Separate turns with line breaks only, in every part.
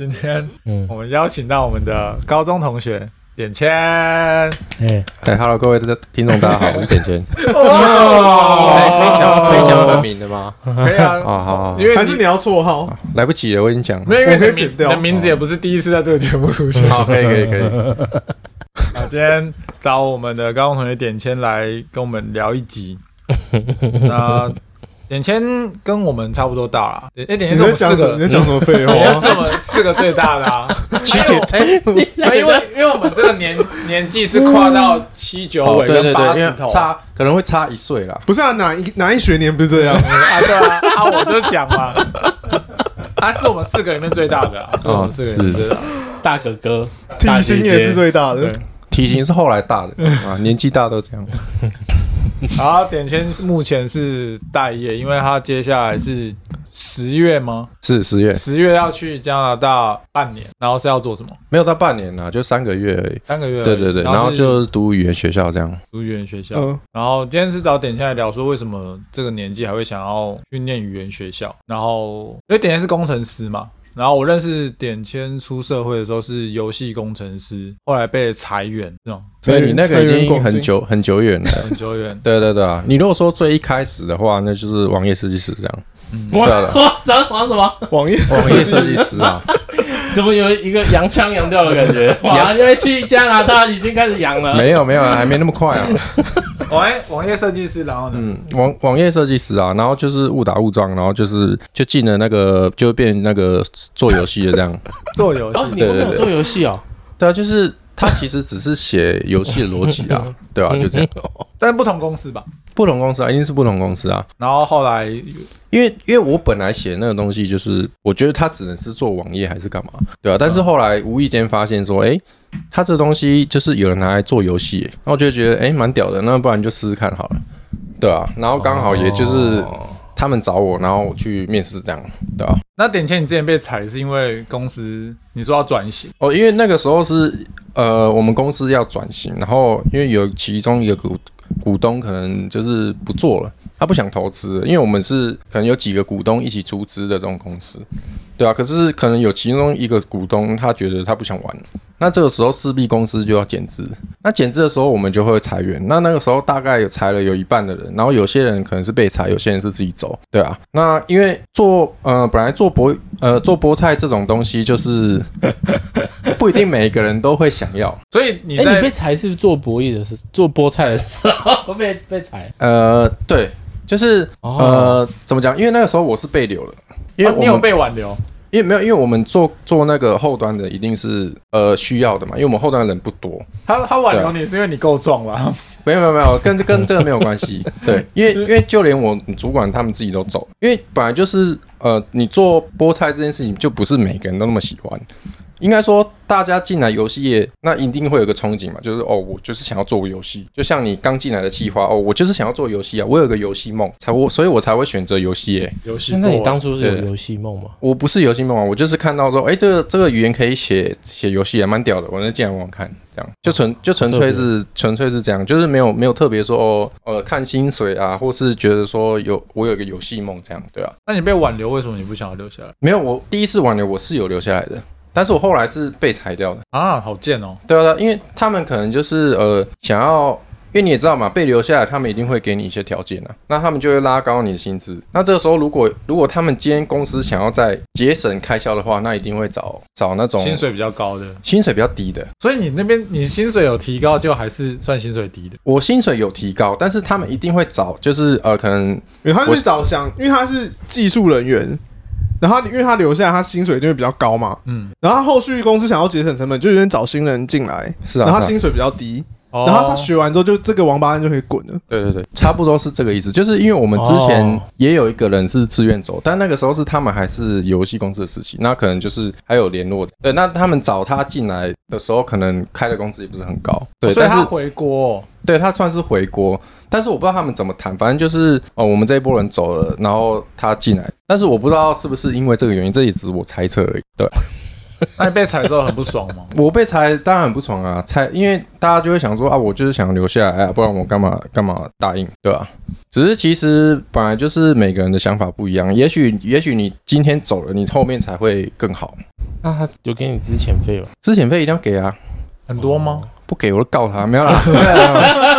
天
嗯，
我们邀请到我们的高中同学点
嗯
签，
哎，
哎，Hello，各位的听众，大家好，我是点 签。
哇
哎可以讲可以讲本名的吗？
可以啊，
哦，好好，好
因为
还是你要绰号？
来不及了，我已经讲了。
没有，因为
我可以
你的名
剪掉
你的名字也不是第一次在这个节目出现。
好，可以，可以，可以。
哦
啊， 今天找我们的高中同学点签来跟我们聊一集。那点签跟我们差不多大啦，哎、点
你
签是我
在
们四
讲什么？你
个，
在讲什么废话？
嗯
点签是我们四个最大的 啊。
七姐，哎，
啊因为因为我们这个年年纪是跨到七九
哦，
尾
对
跟
对
八
对，因
十
为
头啊，
差可能会差一岁啦。
不是啊，哪一哪一学年不是这 样？
对啊，啊我就讲嘛，他是我们四个里面最大的啊，是我们四个里面最大的。
大哥哥，
体型也是最大的
对。
体型是后来大的啊，年纪大都这样。
然后点签目前是待业，因为他接下来是十月吗？
是十月，
十月要去加拿大半年，然后是要做什么？
没有到半年啦，就三个月而已。
三个月而已。
对对对，然后
是
就读语言学校这样。
读语言学校。
嗯，
然后今天是找点下来聊说，为什么这个年纪还会想要去念语言学校？然后因为点签是工程师嘛，然后我认识点签出社会的时候是游戏工程师，后来被裁员，这种
所以你那个
蔡
已
元
经
广
很
进，
久很久远了。。
很久远
对对对啊，你如果说最一开始的话，那就是网页设计师这样。
我
对了
说什么玩什么？
网页
网页设计师啊，
怎么有一个洋腔 洋调的感觉？哇，因为去加拿大已经开始洋 了。
没有没有啊，还没那么快啊。
网页哦哎网页设计师，然后呢？
嗯，网网页设计师啊，然后就是误打误撞，然后就是就进了那个，就变那个做游戏的这样。
做游戏
哦，你们没有做游戏哦？
对啊，就是他其实只是写游戏的逻辑 啊，对啊，就这样。
但是不同公司吧。
不同公司啊，一定是不同公司啊。
然后后来
因为因为我本来写那个东西，就是我觉得它只能是做网页还是干嘛，对啊。但是后来无意间发现说，诶，它这东西就是有人拿来做游戏耶，然后我就觉得诶，蛮屌的，那不然就试试看好了，对啊。然后刚好也就是他们找我，然后我去面试这样，对啊。
那点签，你之前被裁是因为公司你说要转型，
哦，因为那个时候是呃，我们公司要转型，然后因为有其中一个股股东可能就是不做了，他不想投资了，因为我们是可能有几个股东一起出资的这种公司，对啊，可是可能有其中一个股东他觉得他不想玩，那这个时候势必公司就要减资，那减资的时候我们就会裁员，那那个时候大概有裁了有一半的人，然后有些人可能是被裁，有些人是自己走，对啊，那因为做呃本来做菠呃做菠菜这种东西就是。不一定每一个人都会想要。
所以你
哎，
在
你被裁是不是做博弈的时，做菠菜的时候 被被裁？
呃，对，就是、
哦
呃，怎么讲？因为那个时候我是被留了，因为
哦
我
你
们、
有被挽留，
因为没有，因为我们做做那个后端的一定是呃需要的嘛，因为我们后端人不多。
他他挽留你是因为你够壮吧？
没有没有没有，跟这跟这个没有关系。对，因为因为就连我主管他们自己都走，因为本来就是呃，你做菠菜这件事情就不是每个人都那么喜欢。应该说，大家进来游戏业，那一定会有个憧憬嘛，就是哦，我就是想要做游戏，就像你刚进来的计划，哦，我就是想要做游戏啊，我有个游戏梦，才我，所以我才会选择游戏业。
游戏
那你
过啊
当初是有
对
游戏梦吗？
我不是游戏梦啊，我就是看到说，哎、这个这个语言可以写写游戏，还蛮屌的，我就进来玩玩看，这样就纯就纯粹是纯粹是这样，就是没有没有特别说哦呃看薪水啊，或是觉得说有我有一个游戏梦这样，对啊，
那你被挽留，为什么你不想要留下来
没有我第一次玩的我是有留下来的，但是我后来是被裁掉的，
啊？好贱哦！
对啊，对啊因为他们可能就是呃想要。因为你也知道嘛，被留下来，他们一定会给你一些条件啊，那他们就会拉高你的薪资。那这个时候，如果如果他们今天公司想要在节省开销的话，那一定会找找那种
薪水比较高的，
薪水比较低的，
所以你那边你薪水有提高，就还是算薪水低的。
我薪水有提高，但是他们一定会找，就是呃，可能
因为他
我
是找想，因为他是技术人员，然后他因为他留下来，他薪水就会比较高嘛。
嗯，
然后他后续公司想要节省成本，就有点找新人进来，
是啊，
然后他
是啊
薪水比较低，
哦
然后他学完之后，就这个王八蛋就可以滚了。
对对对，差不多是这个意思。就是因为我们之前
哦
也有一个人是自愿走，但那个时候是他们还是游戏公司的时期，那可能就是还有联络。对，那他们找他进来的时候，可能开的工资也不是很高。对，
所以
但是
他回国哦、
对他算是回国，但是我不知道他们怎么谈，反正就是哦，我们这一波人走了，然后他进来，但是我不知道是不是因为这个原因，这也只是我猜测而已。对，
那你被裁之后很不爽吗？
我被裁当然很不爽啊，裁，因为大家就会想说啊，我就是想留下来啊，不然我干嘛干嘛答应，对吧、只是其实本来就是每个人的想法不一样，也许 也许你今天走了，你后面才会更好。啊
那他有给你之前费吗？
之前费一定要给啊，
很多吗？
不给我就告他，没有啦，没有啦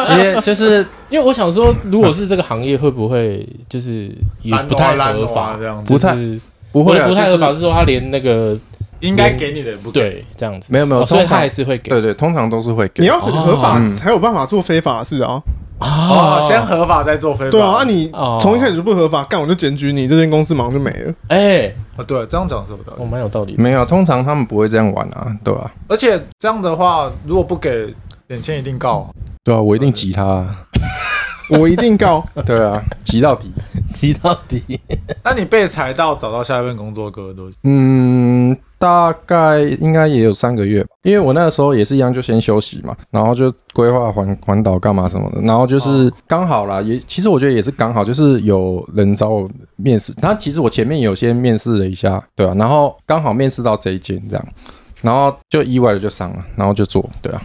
没有因为就是
因为我想说，如果是这个行业，会不会就是也
懒惰啊
不太
懒惰
合
啊
法
这样子
不太
就是
不
我
会
的
啊，
不太
就
合
是
法是说他连那个
应该给你的也不给，
对这样子
没有没有
哦所以
通常
他还是会给
对对，通常都是会给。
你要合法
哦
才有办法做非法的事啊。
哦，先合法再做非法。
对啊，那你
哦
从一开始就不合法，干我就检举你，这间公司忙就没 了。
哎，
啊，对，这样讲是有道
我
理。
蛮有道理的。
没有，通常他们不会这样玩啊，对吧、
而且这样的话，如果不给，点签一定告。
对啊，我一定急他、啊，
我一定告，
对啊，急到底。
提到底，
那你被裁到找到下一份工作隔多久？
嗯，大概应该也有三个月吧，因为我那个时候也是一样，就先休息嘛，然后就规划环环岛干嘛什么的，然后就是刚好啦，也其实我觉得也是刚好，就是有人找我面试，那其实我前面有先面试了一下，对啊，然后刚好面试到这一间这样，然后就意外的就上了，然后就做，对啊，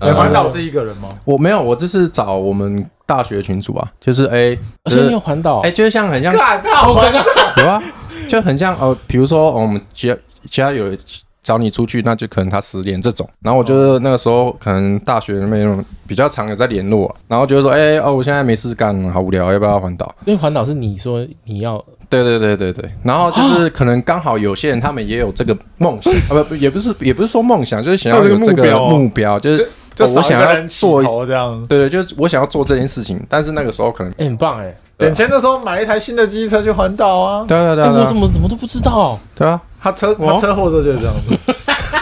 你环岛是一个人吗？
我没有，我就是找我们大学群主啊，就是哎，
而
就
哦且你
是
有环岛
哎，，就是像很像
干，太好玩了！
有啊，就很像哦，比如说、哦、我们其他其他有人找你出去，那就可能他失恋这种。然后我就是那个时候可能大学那边比较常有在联络、然后就是说，哎、哦，我现在没事干，好无聊，要不要环岛？
因为环岛是你说你要
对对对对对。然后
啊
就是可能刚好有些人他们也有这个梦想啊，不不也不是也不是说梦想，就是想要
有这
有
个
这
目
个
标哦
目标，就是
就就
哦我
少一
想
个
要
人起
做。
头这样。
对对，就是我想要做这件事情，但是那个时候可能，
哎很棒哎，
对啊
点签的时候买一台新的机车去环岛啊，
对啊对
哎
啊对
我怎
啊，
么怎么都不知道，
对啊，
他车他车祸的时候就是这样子。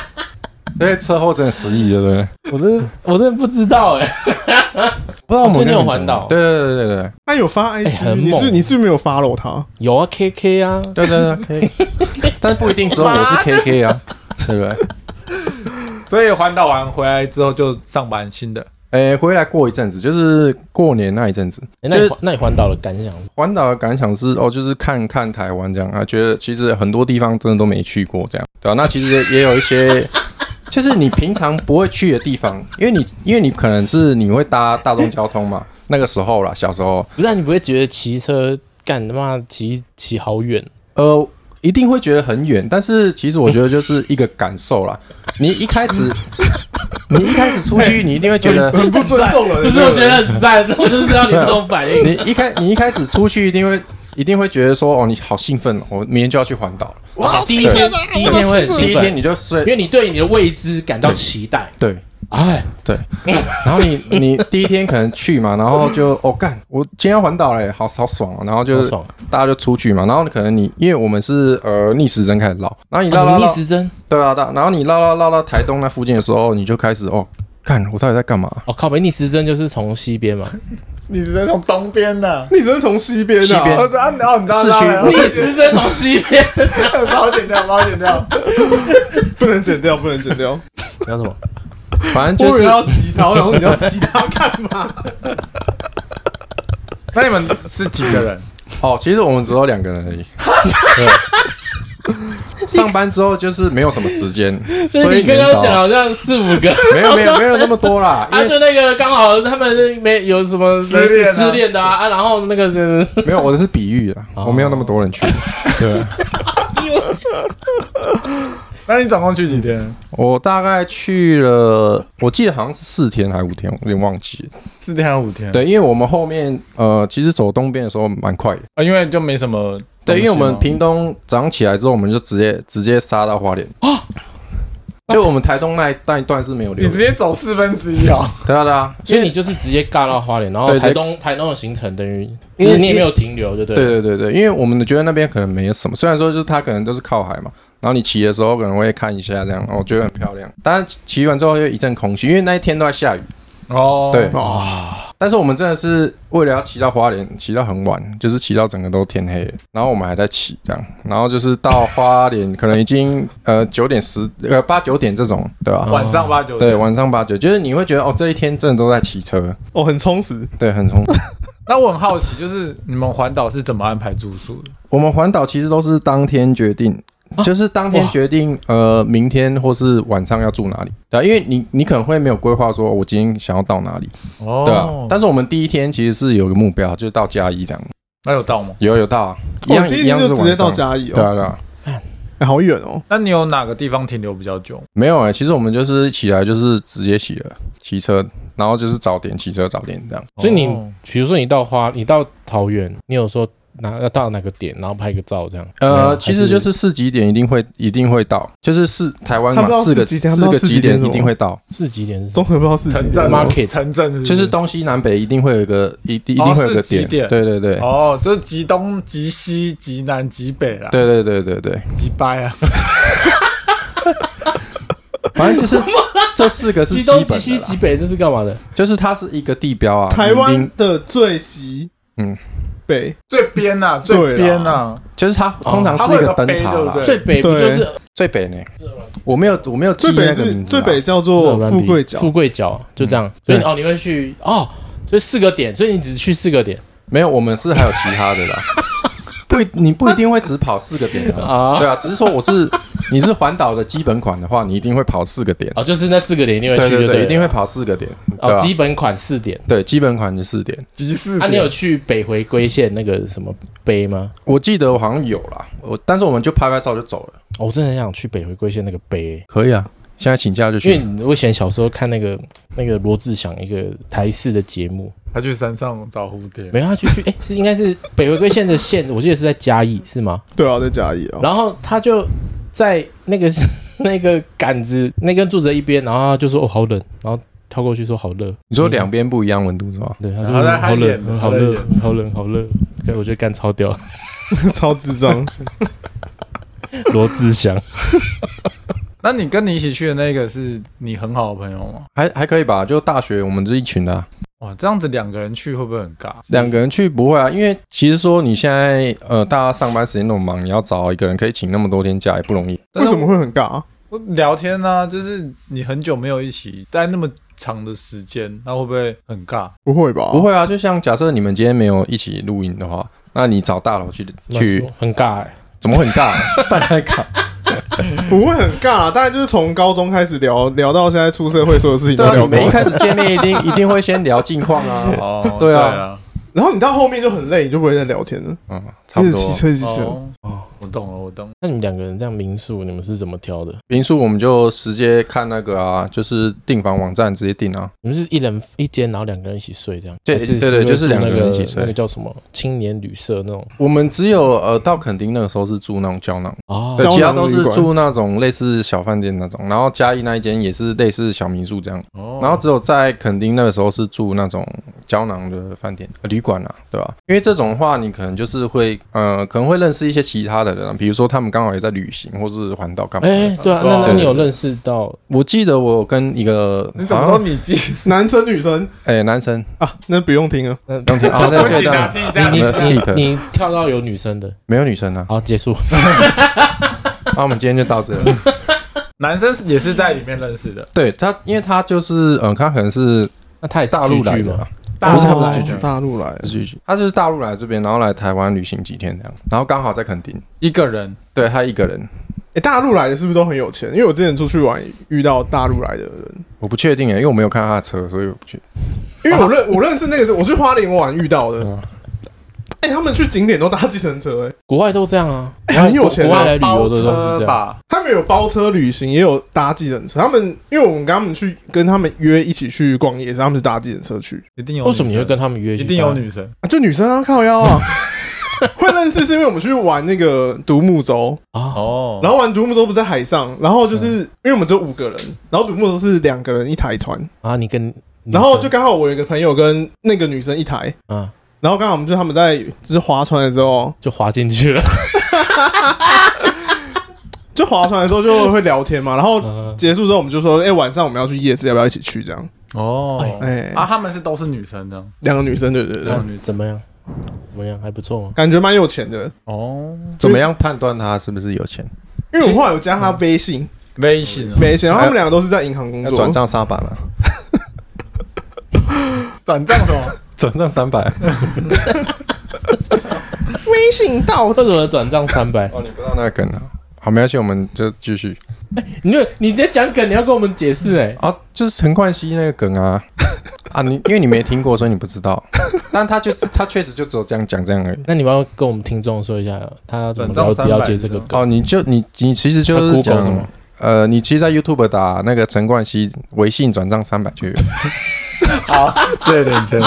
因为车后真的失忆，对不对？
我真的我真的不知道哎。
不知道我
哦所以
们
你有
那个
环岛
对对对对对，
他啊有发
哎
很猛
IG，你是你是不是没有 follow 他？
有啊，K K 啊，
对对对，可 以，但不一定只有我是 KK 啊，对不对？
所以环岛完回来之后就上班新的。
诶，哎回来过一阵子，就是过年那一阵子，
哎那
就
你
是
环那你环岛的感想？
环岛的感想是，哦，就是看看台湾这样啊，觉得其实很多地方真的都没去过这样，对啊，那其实也也有一些， 就是你平常不会去的地方，因为你因为你可能是你会搭大众交通嘛，那个时候啦，小时候，
不啊然你不会觉得骑车干他妈骑骑好远？
呃，一定会觉得很远，但是其实我觉得就是一个感受 啦。你一开始，你一开始出去，你一定会觉得
很不尊重人，
不是，
对
我
对
觉得很赞， 我就知道你这种反应。
你一开你一开始出去一定会一定会觉得说哦，你好兴奋哦，我明天就要去环岛了。
哇，第一天第一天会很
第
兴
一天
奋，
你就
因
睡，
为你对你的未知感到期待。
对
哎，
对，然后你你第一天可能去嘛，然后就哦干，我今天要环岛嘞，好好爽哦，然后就
好
是
爽！
大家就出去嘛，然后可能你因为我们是呃逆时针开始绕，然后你绕
啊
绕
你逆
绕，
时针，
对啊，对啊然后你绕绕绕到台东那附近的时候，你就开始哦。干，我到底在干嘛？
哦靠北，逆时针就是从西边嘛。
你只能从东边呢、
你只是从西边
西边
的，
哦，这啊，哦，你知道
市区
了
逆时针从西 边，
把我剪掉，把我剪掉。
不能剪掉，不能剪掉。
你要什么？
反正 就
我以
是
为要吉 他，然后你要吉他干嘛？
那你们是几个人？
哦，其实我们只有两个人而已。对上班之后就是没有什么时间，所
所以
以
你刚
能
刚
找
讲好像四五 个，
没有没有没有那么多啦，因
啊，
为
就那个刚好他们没有什么
失恋啊
失恋的啊，啊然后那个是
没有我的是比喻啦，
哦
我没有那么多人去。对，
那你总共去几天？
我大概去了，我记得好像是四天还是五天，我有点忘记了。
四天还是五天？
对，因为我们后面呃，其实走东边的时候蛮快的。
啊，因为就没什么东西嘛。
对，因为我们屏东早上起来之后，我们就直接直接杀到花莲
啊
就我们台东那一那一段是没有
你
留
直
的，
接走四分之一哦。
对啊对啊，
所以你就是直接尬到花莲，然后
对
台东台东的行程等于，
因为
就是你也没有停留，对不对？
对对对对，因为我们觉得那边可能没什么，虽然说就是它可能都是靠海嘛，然后你骑的时候可能会看一下这样，哦我觉得很漂亮。但是骑完之后又一阵空虚，因为那一天都在下雨。
哦
对，
哦，
但是我们真的是为了要骑到花莲，骑到很晚，就是骑到整个都天黑了，然后我们还在骑这样，然后就是到花莲可能已经呃九点十呃八九点这种，对吧、
晚上八九
对，
点。
晚上八九，就是你会觉得哦，这一天真的都在骑车，
哦，很充实。
对，很 充
那我很好奇，就是你们环岛是怎么安排住宿的？
我们环岛其实都是当天决定，就是当天决定，呃，明天或是晚上要住哪里，对、啊，因为你你可能会没有规划，说哦我今天想要到哪里，
哦，
对啊。但是我们第一天其实是有个目标，就是到嘉义这样，
那有到吗？
有有到啊，一
我
样
哦第一
一
天
样是
就直接
晚
到
上，
嘉义
对
哦，
啊对啊，
哎，好远哦，
那你有哪个地方停留比较久？
没有哎、其实我们就是起来就是直接起了骑车，然后就是早点骑车早点这样，
所以你
哦
比如说你到花，你到桃园，你有说哪要到哪个点，然后拍个照这样。啊没
呃，
有
其实就。是四几点一定会一定会到，就是四台湾
他
嘛
不知道
四个
四几点
四
他不
个
知道
几
四几点是
点
什么
一定会到，
是几点？
综合不知道是几
城
点
镇
嗯
吗
吗
Market
城镇是不
就是东西南北一定会有一个一定一定会有个
哦是几
点，
点
对对对。
哦，就是极东、极西、极南、极北啦，，
对对对对对，
极掰啊，
反正就是这四个是
极
基本
东、
的
极西、
啦
极北，这是干嘛的？
就是它是一个地标啊。
台
你
湾
你
的最极，
嗯，
北
最边呐，
对啦
最边啊呐，
就是它
哦
通常是一个灯塔
哦它会有个碑对不
啦
对。
最北不就是
最北呢？我没有我没有记
最北
那个
是
名字
最
啊。
北叫做富贵角，
富贵角就这样。所以哦，你会去哦，所以四个点，所以你只去四个点
没有，我们是还有其他的 啦。不一，你不一定会只跑四个点啊。
啊
对啊，只是说我是你是环岛的基本款的话，你一定会跑四个点。
哦，就是那四个点一定会
对
去，
对
就
对，一定
会
会跑四个点。对
哦，基
啊，
本款四点。
对基本款是四点。
极四
啊，你有
点。
去北回归线那个什么碑吗？
我记得我好像有啦，我但是我们就拍拍照就走了。
哦我真的很想去北回归线那个碑、
可以啊，现在请假就
因为
去。
你我以前小时候看那个那个罗志祥一个台式的节目，
他去山上找蝴蝶，
没有他就去， 哎、是应该是北回归线的线，我记得是在嘉义是吗？
对啊，在嘉义哦，
然后他就在那个 那个杆子那根柱子的一边，然后他就说哦好冷，然后跳过去说好热。
你说两边不一样温度是吧？
对，他
然后
说
在
好
嗨脸
冷，好
他在
热
演，
好冷，好热。对我觉得干超屌，
超智障，
罗志 祥。
那你跟你一起去的那个是你很好的朋友吗？
还还可以吧，就大学我们这一群的啊、
哇，这样子两个人去会不会很尬？
两个人去不会啊，因为其实说你现在呃，大家上班时间那么忙，你要找一个人可以请那么多天假也不容易。
但
为
是
什么会很尬？
我聊天呢、就是你很久没有一起待那么长的时间，那会不会很尬？
不会吧？
哦
不，会啊，就像假设你们今天没有一起录音的话，那你找大佬去去
很尬哎、
怎么会很尬？大家在尬，
不会很尬啊，大概就是从高中开始聊聊到现在出社会，所有事情
对
都
啊，
聊
你
过
们一。开始见面一 定一定会先聊近况啊，
哦，
对啊
啊，
然后你到后面就很累，你就不会再聊天了，
嗯，差
一
不
直
多
骑。车，一直骑车。
哦
哦，
我懂了，我懂了。
那你们两个人这样民宿，你们是怎么挑的？
民宿我们就直接看那个啊，就是订房网站直接订啊。
你们是一人一间，然后两个人一起睡这样？
对
还是
对对
会
就是
住
两个
那
人一起睡
那个叫什么青年旅社那种
我们只有呃到垦丁那个时候是住那种胶囊，
哦
对，
胶
其他
囊
都
旅
是
馆
住那种类似小饭店那种，然后嘉义那一间也是类似小民宿这样。
哦，
然后只有在垦丁那个时候是住那种胶囊的饭店、呃旅馆啊，对吧？因为这种的话，你可能就是会，呃，可能会认识一些其他的人、啊，比如说他们刚好也在旅行或是环岛干嘛的。
哎、对
对
啊，
啊
那那
对
你有认识到
我记得我跟一个
你怎么
好
说
像
你记？
男生女生
哎、男生，
啊，那不用听了。
当天啊，那
不
这
行啊
段
记一下
你
我们
你
skip
你你跳到有女生的？
没有女生啊，
好，结束。
那我们今天就到这了。
男生是也是在里面认识
嗯
的，
对他，因为他就是，嗯、他可能是
那他也是
大陆来
剧
的
嘛
啊，，不是
大
他
陆
不
来
是
的
拒绝。
大陆来
不，是拒绝他就是大陆来这边，然后来台湾旅行几天这样，然后刚好在垦丁，
一个人
对他一个人，
哎，大陆来的是不是都很有钱？因为我之前出去玩遇到大陆来的人，
我不确定哎，因为我没有看他的车，所以我不确定。
因为我认我认识那个是我去花莲玩遇到的。哎，他们去景点都搭计程车，哎，
国外都这样 啊，
哎 很有钱啊
国外来旅
包
游的都是
车
这样。
吧？
他们有包车旅行，也有搭计程车。他们因为我们跟他们去跟他们约一起去逛夜市，他们是搭计程车去
一定有
为
女生。
什么你会跟他们约？
一定有。女生？
啊，就女生啊靠腰啊。 会认识是因为我们去玩那个独木舟，
啊，
哦
然后玩独木舟不是在海上，然后就是
嗯
因为我们只有五个人，然后独木舟是两个人一台船，
啊，你跟女生，
然后就刚好我有一个朋友跟那个女生一台，
啊，
然后刚好我们就他们在就是划船的时候，
就滑进 去了。
就划船的时候就会聊天嘛，然后
嗯
结束之后我们就说，哎、晚上我们要去夜市，要不要一起去？这样，
哦
哎、
啊，他们是都是女生的
两个女生，对对对
对，
那怎么样？怎么样？还不错吗？
感觉蛮有钱的，
哦，
怎么样判断他是不是有钱？
因为我后来有加他微信，
微信啊
没钱，然后他们两个都是在银行工
要
作
哎转，账三百吗？
转账什 么？
转账三百？
微信到
为
期
什么转账三百？
哦，你不知道那个梗啊？好，没关系，我们就继续
你有你在讲梗，你要跟我们解释哎、
啊，就是陈冠希那个梗 啊啊，你因为你没听过，所以你不知道，但他就他确实就只有这样讲这样而已。
那你们要跟我们听众说一下，他怎么了
转账300
了解这个梗？
哦，你就你你其实就
他
是
Google 什么
讲，呃，你其实，在 YouTube 打那个陈冠希微信转账三百 就有。
好，谢谢点签。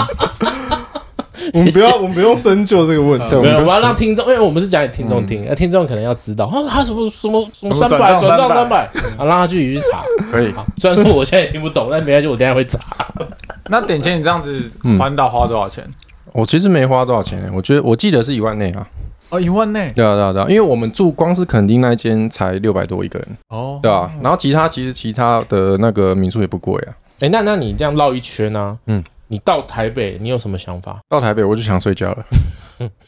我们不要，我们不用深究这个问 题
对。
啊没有，
我
我
们
要让听众，因为我们是讲给听众听，那、哎听众可能要知道，哦，他什么什么什么
什么
三
转
百
账
转账
300
三百，啊，让他自己去查。
可以，
好，虽然说我现在也听不懂，但 没关系，我等一下会查。
那点签你这样子环岛花多少钱？
我其实没花多少钱，欸我觉得我记得是一万内啊。
哦，一万内。
对啊，对啊，对啊，因为我们住光是垦丁那一间才六百多一个人，
哦，
对啊，然后其他其实其他的那个民宿也不贵啊。
哎、那那你这样绕一圈呢、
嗯
嗯，你到台北，你有什么想法？
到台北我就想睡觉 了，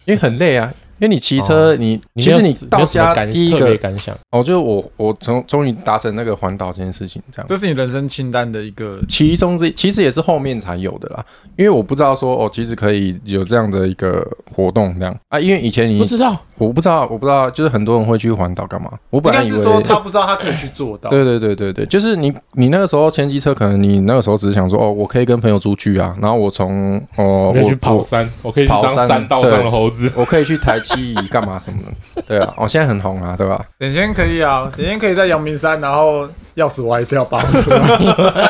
因为很累啊。因为你骑车，你
哦你
其
没
实
有
你
什没
到
有什么
家
感
第一
特别
个，
感想，
哦，就是我我从终于达成那个环岛这件事情，这样。
这是你人生清单的一个
其中之其实也是后面才有的啦，因为我不知道说哦，其实可以有这样的一个活动这样啊，因为以前你
不知道
我不知道我不知道，就是很多人会去环岛干嘛？我
应
本来
该
以
是
为
说他不知道他可以去做到。
对对对对对，就是你你那个时候牵机车，可能你那个时候只是想说哦，我可以跟朋友出去啊，然后我从哦、
我
我
去跑
我
山，我可以去
跑
当
山
山道
对
上的猴子。
我可以去台七乙干嘛什么 的，对啊，哦现在很红啊，对吧？
点签可以啊，点签可以在阳明山，然后钥匙歪掉拔不出来。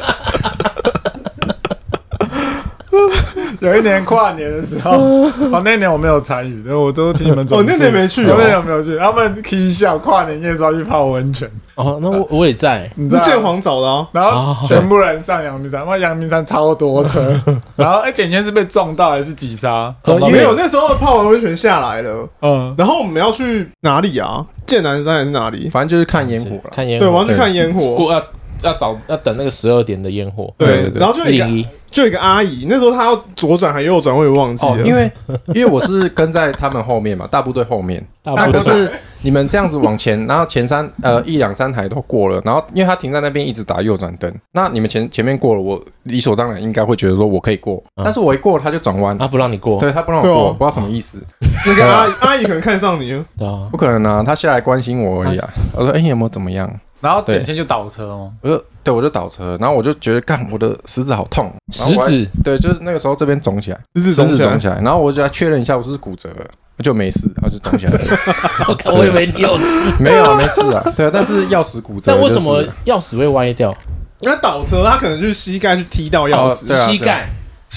有一年跨年的时候，哦，那年我没有参与，我都听你们转述。
哦那年没去哦
我那年没有去。他们 K 笑跨年夜说要去泡温泉，
哦，那我我也在。
你知
是
道吗
建煌找的啊，
然后全部人上阳明山，哇，阳明山超多车。 然后哎，点签是被撞到还是急刹？撞到
没有，那时候泡完温泉下来了，
嗯，
然后我们要去哪里啊？剑南山还是哪里？
反正就是看烟火了。
看烟
对，
火，
我要去看烟火。
过要要找要等那个十二点的烟火。
对
对
对，对
然后就有一个
零一，
就有一个阿姨，那时候她要左转还右转，我也忘记
哦
了，。
因为因为我是跟在他们后面嘛，大部队后面，
大
那
部
可
队
是你们这样子往前，然后前三呃一两三台都过了，然后因为他停在那边一直打右转灯，那你们前前面过了，我理所当然应该会觉得说我可以过，
嗯
但是我一过他就转弯，
啊不让你过，
对他不让我
对哦
过，不知道什么意思。
那个阿姨阿姨可能看上你了，
对啊，
不可能啊，他下来关心我而已啊。我说：“哎、你有没有怎么样
然后点签就倒车哦。？”
我说：“对，我就倒车。”然后我就觉得，干，我的食指好痛，然后
食
我还
指
对，就是那个时候这边肿起来，
日
食指
子
肿
中
起来。然后我就要确认一下我是不是骨折了，就没事，然后就肿起来了，
我我以为你有，
没有啊，没事啊。对啊，但是钥匙骨折
但
就是，
为什么钥匙会歪掉？
那倒车，她可能就是膝盖去踢到钥匙
哦，对啊
膝盖，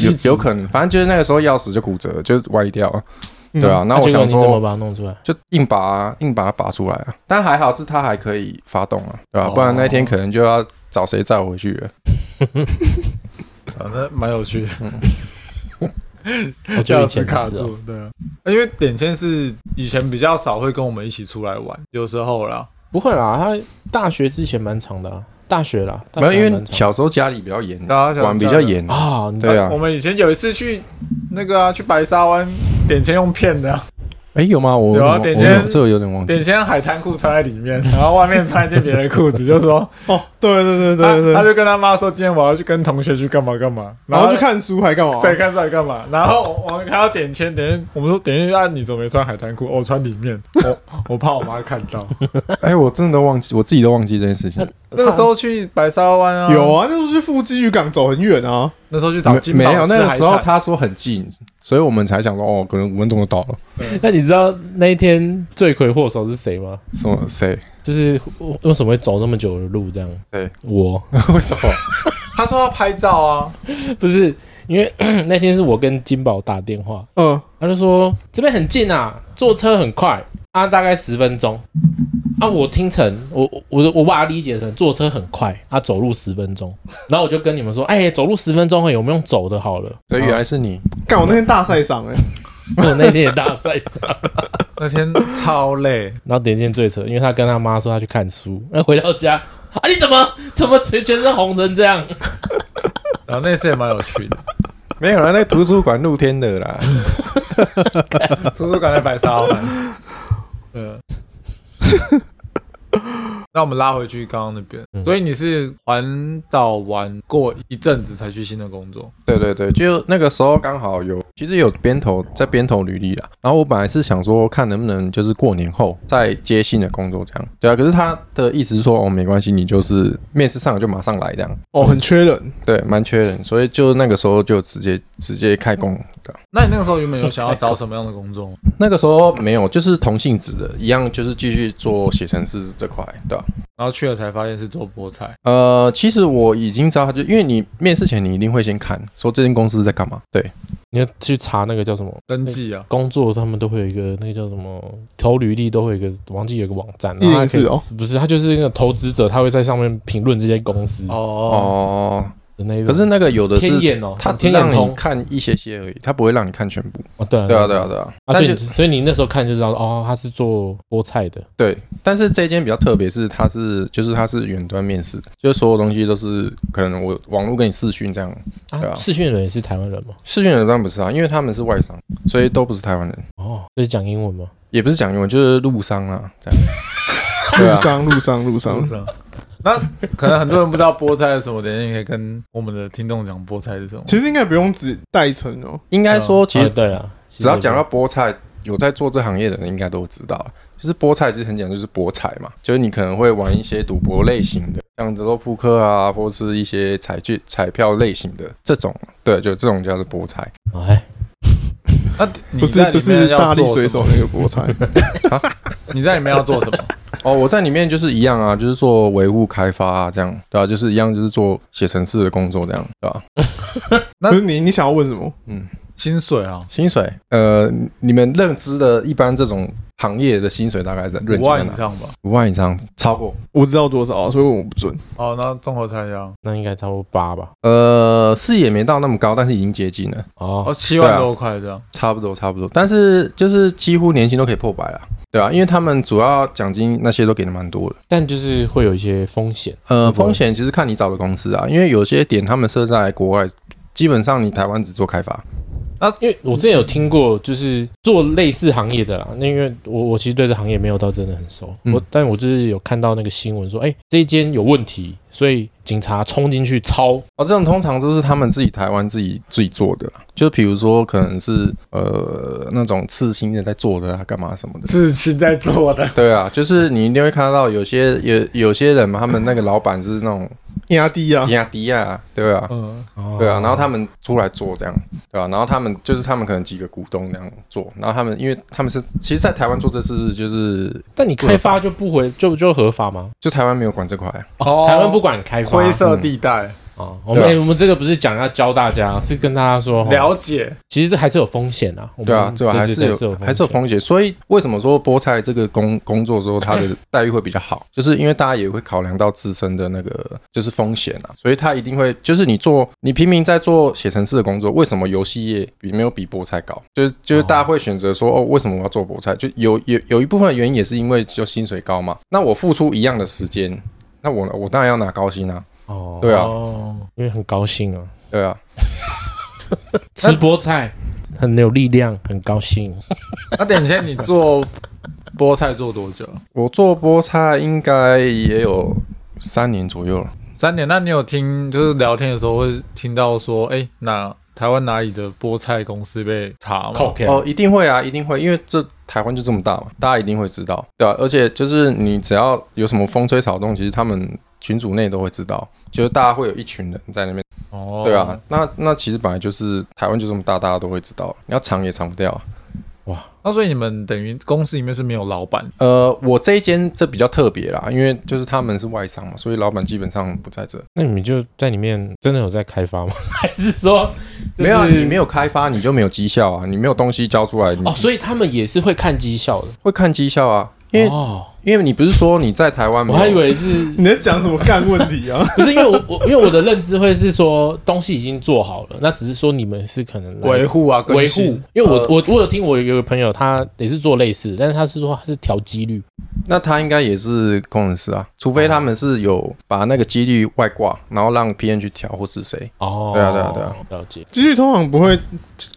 有有可能？反正就是那个时候钥匙就骨折，就歪掉了，对啊。那
那
我
结果
想
你怎么
说，
把它弄出来？
就硬拔啊硬把它拔出来啊。但还好是它还可以发动啊，对吧、
哦
不然那天可能就要找谁载我回去了。啊
反正蛮有趣的。
我觉得
钥
以前
匙卡
是哦
住，对啊，因为点签是以前比较少会跟我们一起出来玩，有时候啦，
不会啦，他大学之前蛮长的啊，大学啦，大
没
学
有，因
还
为
蛮长
小时候家里比较严，
大家小时候哦
管比较严。
啊，你
对啊
我，们以前有一次去那个啊，去白沙湾点签用骗 的啊、
哎，有吗？我
有啊
我
点
我
间
这我有点忘
点
记。
签海滩裤穿在里面，然后外面穿一件别的裤子，就 说
哦，对对对对对
他他
对，
就跟他妈说今天我要去跟同学去干嘛干嘛，
然后去看书还干嘛？
对，看出来干 嘛？然后我我们看到点签，点签，我们说点签啊，你怎么没穿海滩裤？哦我穿里面，我我怕我妈看 到。
哎，我真的都忘记，我自己都忘记这件事情。
那个时候去白沙湾啊，
有啊，那时候去腹肌渔港走很远啊，
那时候去找金
没
宝
没有，
吃
那个
海
时候
产
他说很近，所以我们才想说，哦，可能五分钟就到了。
那你知道那一天罪魁祸首是谁吗？
什么 谁？
就是我为什么会走那么久的路这样？
对，
我
为什么？
他说要拍照啊，
不是因为 那天是我跟金宝打电话，
嗯，
他就说这边很近啊，坐车很快啊，大概十分钟。啊，我听成我我我我把它理解成坐车很快啊，走路十分钟。然后我就跟你们说，哎、走路十分钟，我们用走的好了。
所以原来是你。
哦
干我那天大晒伤哎，
我那天也大赛上，
那天超累，
然后点进最扯，因为他跟他妈说他去看书，那回到家啊，你怎么怎么全全身红成这样？
然后那次也蛮有趣 的，
没有啦，那图书馆露天的啦。
啊 图书馆在白沙湾。嗯， 那我们拉回去刚刚那边，
嗯
所以你是环岛玩过一阵子才去新的工作，
对对对，就那个时候刚好有，其实有编投在编投履历啦。啊然后我本来是想说，看能不能就是过年后再接新的工作这样。对啊，可是他的意思是说，哦，没关系，你就是面试上了就马上来这样。
哦，很缺人，
对，蛮缺人，所以就那个时候就直接直接开工的。
那你那个时候原本有想要找什么样的工 作？
那个时候没有，就是同性质的，一样就是继续做写程式这块，对吧、
然后去了才发现是做菠菜，
呃，其实我已经知道，他就因为你面试前你一定会先看，说这间公司在干嘛。对，
你要去查那个叫什么
登记啊，
工作，他们都会有一个那个叫什么投履历，都会有一个忘记有一个网
啊
站，
一
然后
零
它可以
四哦，
不是，他就是那个投资者，他会在上面评论这些公司
哦，
哦，
的那一种。
可是那个有的
天
是，
眼哦，
他只
天
让
眼
你
通
看一些些而已，他不会让你看全部。
哦，对啊
对啊，对啊，对啊。
啊，所
但
以
就
你所以你那时候看就知道哦，他是做菠菜的，
对，但是这间比较特别，是它是就是它是远端面试，就是所有东西都是可能我网络跟你视讯这样。对
啊，
啊
视讯的人也是台湾人吗？
视讯的当然不是啊，因为他们是外商，所以都不是台湾人，
哦，就是讲英文吗？
也不是讲英文，就是陆商啊这样。对
哦路
啊
上路上路上
是不，是啊？那可能很多人不知道菠菜是什么，等一下你可以跟我们的听众讲菠菜是什么。
其实应该不用只代称哦，
应该说，其
啊
实
对啊，
只要讲到菠菜，有在做这行业的人应该都知道，啊就是菠菜其实很简单，就是博彩嘛，就是你可能会玩一些赌博类型的，像德州扑克啊，或是一些彩券、彩票类型的这种，对，就这种叫做菠菜。
哎，
那你
不是
在
不
里
是
面
大
要
力
做
水
什
手
么？
那个 菠菜，
你在里面要做 什么？
哦，我在里面就是一样啊，就是做维护开发啊，这样对吧、就是一样，就是做写程式的工作这样对啊吧、
那
不是你你想要问什么？
薪水啊，
薪水，呃，你们认知的一般这种行业的薪水大概在认
五
知在
万以
哪？
上吧。
五万以上，超过
我知道多少啊，所以我不准。
好，哦那综合参加
那应该差不多八吧？
呃，是也没到那么高，但是已经接近了，
哦
哦，，七万
对啊
多块这样。
差不多差不多，但是就是几乎年薪都可以破百了，对啊，因为他们主要奖金那些都给的蛮多的。
但就是会有一些风险，
呃，
会不会
风险其实看你找的公司啊，因为有些点他们设在国外，基本上你台湾只做开发，
因为我之前有听过，就是做类似行业的啦。那因为我我其实对这行业没有到真的很熟，
嗯
我但我就是有看到那个新闻说，哎、这一间有问题，所以警察冲进去抄。
哦，这种通常都是他们自己台湾自己自己做的啦，就比如说可能是呃那种刺青的在做的啊，干嘛什么的。
是是在做的，
对啊，就是你一定会看到有些有有些人嘛，他们那个老板是那种
压低啊
迪，亚迪亚，对啊，
嗯，
对啊，然
哦
后他们出来做这样，对啊，然后他们就是他们可能几个股东这样做，然后他们因为他们是其实，在台湾做这事就是
但你开发就不回就就合法吗？
就台湾没有管这块啊，嗯
哦
台湾不管开发
灰色地带，
啊，我们、
对啊
哎我们这个不是讲要教大家，是跟大家说，哦
了解。
其实这还是有风险啊。我们
对啊，对啊，还是
对
有
险
还是有风险，所以为什么说菠菜这个工工作说它的待遇会比较好，就是因为大家也会考量到自身的那个就是风险啊，所以他一定会就是你做你平民在做写程式的工作，为什么游戏业比没有比菠菜高？就是就是
哦
大家会选择说哦，为什么我要做菠菜？就有有有一部分的原因也是因为就薪水高嘛，那我付出一样的时间，那我我当然要拿高薪啊，
哦，
对啊
哦，
因为很高兴啊，
对啊，
吃菠菜很有力量，很高兴。
那等一下你做菠菜做多久？
我做菠菜应该也有三年左右了。
三年？那你有听就是聊天的时候会听到说，哎，哪台湾哪里的菠菜公司被查吗？
OK，
哦，一定会啊，一定会，因为这台湾就这么大嘛，大家一定会知道，对啊，而且就是你只要有什么风吹草动，其实他们群组内都会知道，就是大家会有一群人在那边，
哦，
对啊，。那那其实本来就是台湾就这么大，大家都会知道，你要藏也藏不掉啊。
那所以你们等于公司里面是没有老板，
呃，我这一间这比较特别啦，因为就是他们是外商嘛，所以老板基本上不在这。
那你们就在里面真的有在开发吗？ 还是说、就是、
没有、啊，你没有开发，你就没有绩效啊，你没有东西交出来，你
哦，所以他们也是会看绩效的。
会看绩效啊。因为、
哦，
因为你不是说你在台湾没
我
有，
还以为是
你在讲什么干问 题啊？
不是因为我我因为我的认知会是说东西已经做好了，那只是说你们是可能来
维护啊，更
维护
新。，
因为我、
呃
我我有听我有个朋友他也是做类似，但是他是说他是调几率
那他应该也是工程师啊，除非他们是有把那个几率外挂，然后让 PN 去调或是谁，
哦，
对啊对啊对啊，
了解
继续通常不会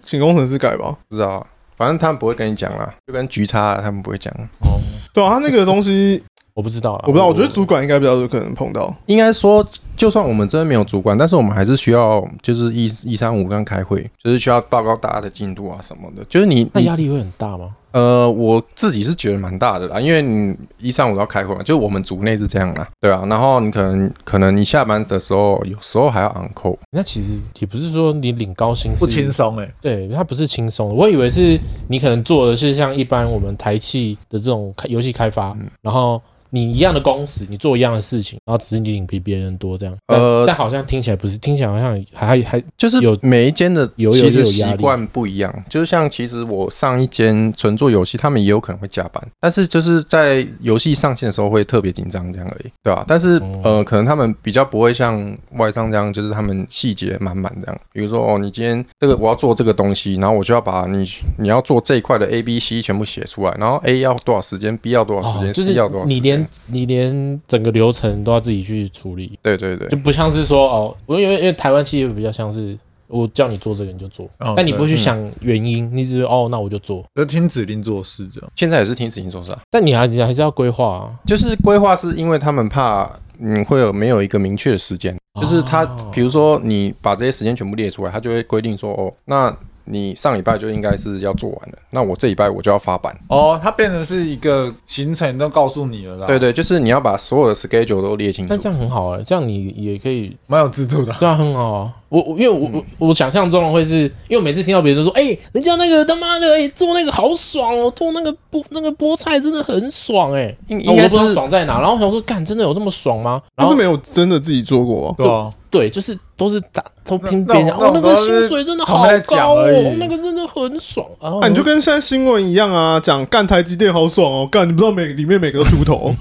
请工程师改吧？
不知道啊。反正他们不会跟你讲啦，就跟局差啊他们不会讲。
哦，
对啊，他那个东西
我不知道啦，
我不知道，我觉得主管应该比较有可能碰到。
应该说，就算我们真的没有主管，但是我们还是需要，就是一一三五跟开会，就是需要报告大家的进度啊什么的。就是你
那
你
压力会很大吗？
呃，我自己是觉得蛮大的啦，因为你一上午要开会嘛，就是我们组内是这样啦，对啊。然后你可能可能你下班的时候，有时候还要 on call，
那其实也不是说你领高薪是
不轻松哎。
对，它不是轻松的。我以为是你可能做的是像一般我们台企的这种开游戏开发，
嗯
然后你一样的工时，你做一样的事情，然后只是你领比别人多这样。但
呃
但好像听起来不是，听起来好像还还还
就是
有
每一间的
有
其
有
实
有
习
压力
惯不一样。就是像其实我上一间纯做游戏，他们也有可能会加班，但是就是在游戏上线的时候会特别紧张这样而已，对吧、但是
哦
呃，可能他们比较不会像外商这样，就是他们细节满满这样。比如说哦，你今天这个我要做这个东西，然后我就要把你你要做这一块的 A、B、C 全部写出来，然后 A 要多少时间，B 要多少时
哦
间、
就
c
是
要多少时间，
你连你连整个流程都要自己去处理，
对对对
就，不像是说哦，我因为因为台湾企业比较像是我叫你做这个你就做，
哦
但你
对
不会去
嗯
想原因，你只是哦那我就做，
就听指令做事这样。
现在也是听执行做事啊。
但你还你还是要规划啊。
就是规划是因为他们怕嗯会有没有一个明确的时间，就是他
哦
比如说你把这些时间全部列出来，他就会规定说哦，那你上礼拜就应该是要做完了，那我这礼拜我就要发版。
哦，它变成是一个行程都告诉你了啦，
对，对，就是你要把所有的 schedule 都列清
啊但
楚
这。样很好哎、这样你也可以
蛮有制度的。
对啊，很好啊。我我因为我
嗯
我我想象中的会是，因为我每次听到别人说，哎、人家那个他妈的，哎、做那个好爽哦，做那个菠那个菠菜真的很爽哎、
应
然后
应
我
该是
都不知道爽在哪，然后我想说，干，真的有这么爽吗？
哦
然
他
后
是没有真的自己做过啊，
对啊，
对，就是都是打都拼
那
别人，
那
哦，
我
那
们
个
都是
薪水真的
旁
好
边在讲
高哦，
而已
哦那个真的很爽啊。
啊，你就跟现在新闻一样啊，讲干台积电好爽哦，干你不知道每里面每个都秃 头，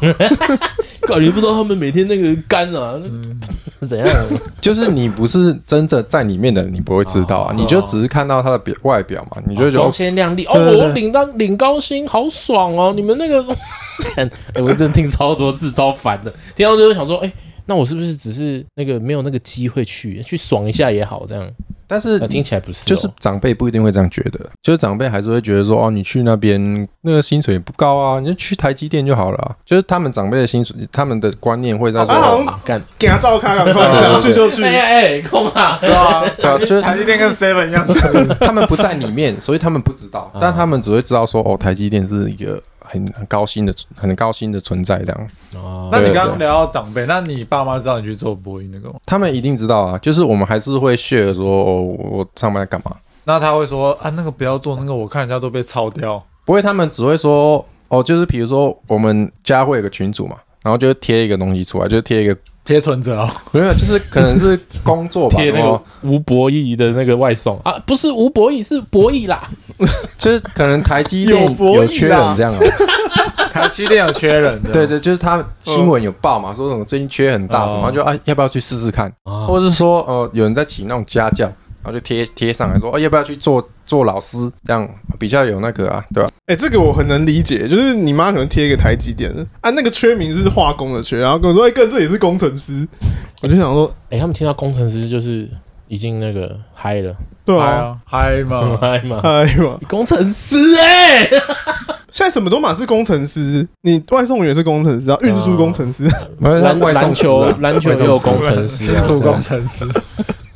搞你不知道他们每天那个肝啊，
嗯
那 怎样？啊
就是你不是真正在里面的，你不会知道啊，
哦
你就只是看到他的表外表嘛，你就会觉得
光
哦
鲜亮丽哦，
对对对
我领到领高薪，好爽哦！你们那个， 看，哎，我真的听超多次，超烦的，听到就会想说，哎、那我是不是只是那个没有那个机会去去爽一下也好，这样？
但是
那听起来不是、哦，
就是长辈不一定会这样觉得，就是长辈还是会觉得说，哦，你去那边那个薪水也不高啊，你就去台积电就好了啊、就是他们长辈的薪水，他们的观念会在说，
啊好
哦
像
干，
给他照开，赶快 想去就去
哎。呀哎，干嘛？
对啊，
对啊就是
台积电跟 Seven 一样，
他们不在里面， 所以他们不知道，但他们只会知道说，哦，台积电是一个很很高薪的很高薪的存在这样。
哦
那你
对啊
刚刚聊到长辈，那你爸妈知道你去做播音那个吗？
他们一定知道啊，就是我们还是会 share 说，哦，我上班在干嘛？
那他会说啊，那个不要做，那个我看人家都被抄掉。
不会，他们只会说，哦，就是比如说我们家会有个群组嘛，然后就会贴一个东西出来，就贴一个
贴存折哦，
没有，就是可能是工作吧，
贴那
然后
个吴博义的那个外送啊，不是吴博义，是博义啦。
就是可能台积
有
电
博弈啦
有缺人这样啊，
台积电有缺人的，
对，对，就是他新闻有报嘛，说什么最近缺很大什么，
哦
就啊要不要去试试看，
啊
或者是说呃有人在请那种家教，然后就贴贴上来说哦要不要去做做老师，这样比较有那个啊，对吧？
哎、这个我很能理解，就是你妈可能贴一个台积电啊，那个缺名是化工的缺，然后跟我说，哎、哥这也是工程师，我就想说，
哎、他们听到工程师就是已经那个嗨了，
对
嗨
啊，
啊，嗨
很
嘛，
嗨嘛。
哎呦，
工程师哎、
现在什么都满是工程师，你外送员是工程师
哦
啊，运输工程师，
没有像
篮
外
篮
送师
球
啊
篮球也有工程师、
新
啊，
竹工程师。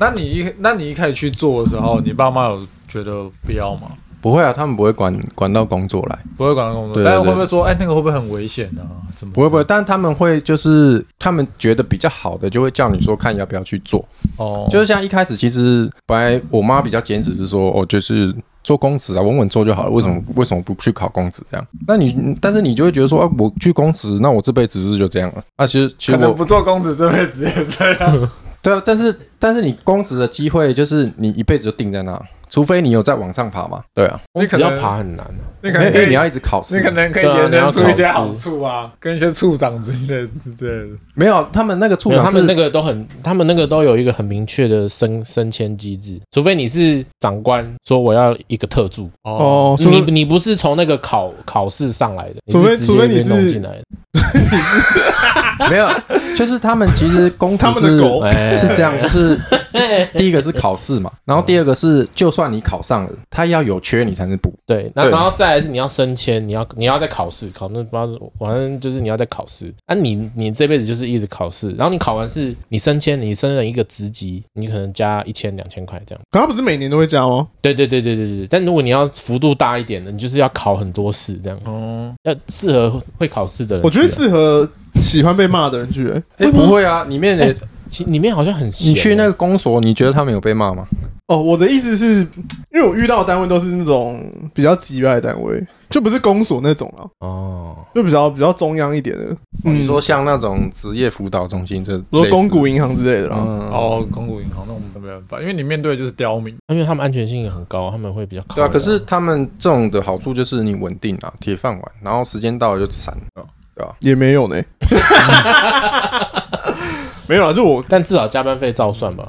那你一那你一开始去做的时候，你爸妈有觉得不要吗？
不会啊，他们不会管管到工作来，
不会管到工作，
对对
但是
对
会不会说，哎，那个会不会很危险啊？什么？
不会不会，但他们会就是他们觉得比较好的就会叫你说看要不要去做，
哦，
就是像一开始，其实本来我妈比较坚持是说，哦，就是做公职啊，稳稳做就好了。为什么、
嗯
为什么不去考公职这样？那你但是你就会觉得说，啊，我去公职，那我这辈子是不是就这样了。啊，其实其
可
实
能
我
不做公子这辈子也这样。
对啊，但是但是你公职的机会就是你一辈子就定在那，除非你有在往上爬嘛。对啊，
我
你可
只要
能
爬很难、啊。
哎你
因
可
为
能
因
可
为你
以，
要一直考试
你
嘛。
可能可以
对啊
延
你要
伸出一些
考
好
试
处啊，跟一些处长之类的之类的。
没有他们那个处
没有，
长是
他们那个都很，他们那个都有一个很明确的升升迁机制，除非你是长官说我要一个特助，
哦，除
你你不是从那个考考试上来的，
除非
你是直接
除非你
被弄
是
进来的，
没有就是 他们其实公子
他们的
是
狗
哎
是这样， 就是第一个是考试嘛，然后第二个是就算你考上了，他要有缺你才能补。
对，那
对
然后再来是你要升迁，你要你要再考试，考那不知道是，反正就是你要再考试。啊你，你这辈子就是一直考试，然后你考完试，你升迁，你升了一个职级，你可能加一千两千块这样。
可他不是每年都会加吗？
对啊对对对对对。但如果你要幅度大一点的，你就是要考很多试这样，
哦，
要适合会考试的人去啊。
我觉得适合喜欢被骂的人去、欸。
哎，不会啊，里面的
其里面好像很欸
你去那
个
个公所，你觉得他们有被骂吗？
哦，我的意思是，因为我遇到的单位都是那种比较急外的单位，就不是公所那种了，啊
哦，
就比较比较中央一点的。
哦你说像那种职业辅导中心，这
比如说公股
银
银行之类的啦。
嗯，哦，
哦，公股银行那我们没办法，因为你面对的就是刁民，
因为他们安全性也很高，他们会比较考
对啊，
量
可是他们这种的好处就是你稳定啊，铁饭碗，然后时间到了就散。
也没有呢， 没有啦，就我，
但至少加班费照算吧。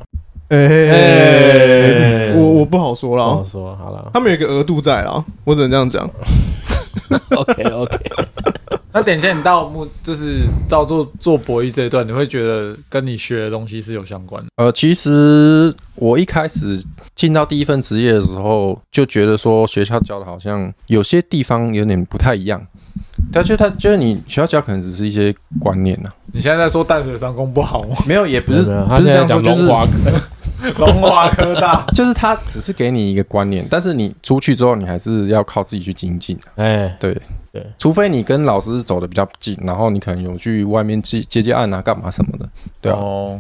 哎、哦
哎
我我不好说
不
哦
啦
好，说好 了
他们有一个额度在啦，我只能这样讲。
，OK OK，
那点见你到目就是到做做博弈这一段，你会觉得跟你学的东西是有相关的。
呃，其实我一开始进到第一份职业的时候，就觉得说学校教的好像有些地方有点不太一样。但就他就是你学校教可能只是一些观念呐、
你现在在说淡水商工不好 吗？
啊，没有也不
不
是
他
不是这
现在
样
讲
说，就
龙
是
华
龙华科大，
就是他只是给你一个观念，但是你出去之后，你还是要靠自己去精进、啊。
哎，
对
对，
除非你跟老师走的比较近，然后你可能有去外面接接接案啊，干嘛什么的，对啊。
哦，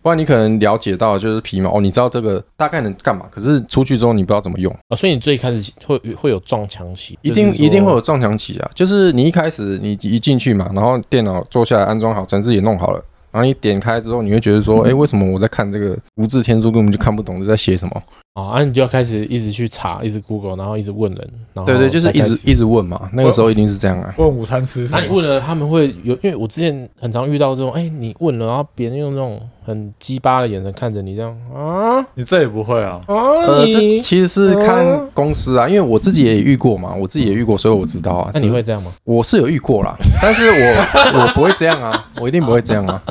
不然你可能了解到就是皮毛哦，你知道这个大概能干嘛，可是出去之后你不知道怎么用。
哦，所以你最开始会会有撞墙期，
一定
就是说
一定会有撞墙期啊！就是你一开始你一进去嘛，然后电脑坐下来安装好，程式也弄好了，然后你点开之后，你会觉得
嗯
说，哎、为什么我在看这个无字天书根本就看不懂，这在写什么？
哦，啊，你就要开始一直去查，一直 Google，然后一直问人，然后
对对，就是
哦才
一
开始
直。一直问嘛。那个时候一定是这样啊。
问午餐吃什
那、
么？
你问了，他们会有，因为我之前很常遇到这种，哎、你问了，然后别人用那种很鸡巴的眼神看着你，这样啊
你这也不会啊？
啊
呃，
你
这，其实是
哦
看公司啊，因为我自己也遇过嘛，我自己也遇过，所以我知道啊。
那你
只是
会这样吗？
我是有遇过啦， 但是我 我不会这样啊，我一定不会这样啊，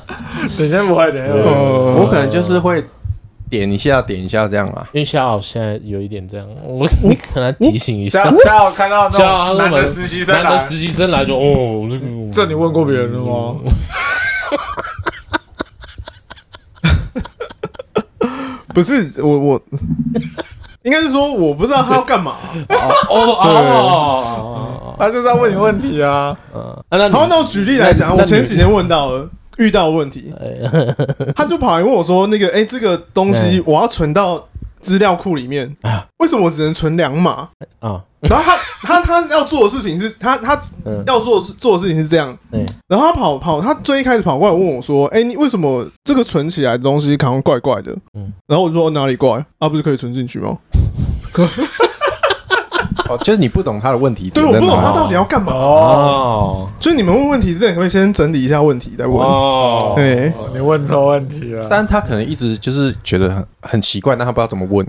等一下不会，哦等一下不会。
呃
我可能就是会点一下点一下这样啊。
因为夏豪现在有一点这样，我 你可能提醒一
下
下，
下午看到
夏豪
那种
他说
男
我
的
们
实习生啊
男的
来，
实习生来就哦，这个
这你问过别人了吗？
不是我我，应该是说我不知道他要干嘛、
哦哦哦
他就是要问你问题啊。
哦哦，那
好，
那
那我举例来讲，
那
我
那
前
你
几天问到了遇到的问题，他就跑来问我说：“那个，哎、这个东西
哎
我要存到资料库里面，为什么我只能存两码
啊？”
然后他他他要做的事情是他他
嗯哎
要做的事做的事情是这样，
对，
然后他跑跑，他最一开始跑过来问我说：“哎、你为什么这个存起来的东西好像怪怪的？”
嗯
然后我就说：“哪里怪？啊，不是可以存进去吗
哦，就是你不懂他的问题？”
对，
点
我
在
不
哪，啊
懂他到底要干嘛。
哦，
哦
所以你们问问题之前，可不可以先整理一下问题再问？哎
哦
对，
你问错问题了。
但他可能一直就是觉得很很奇怪，但他不知道怎么问。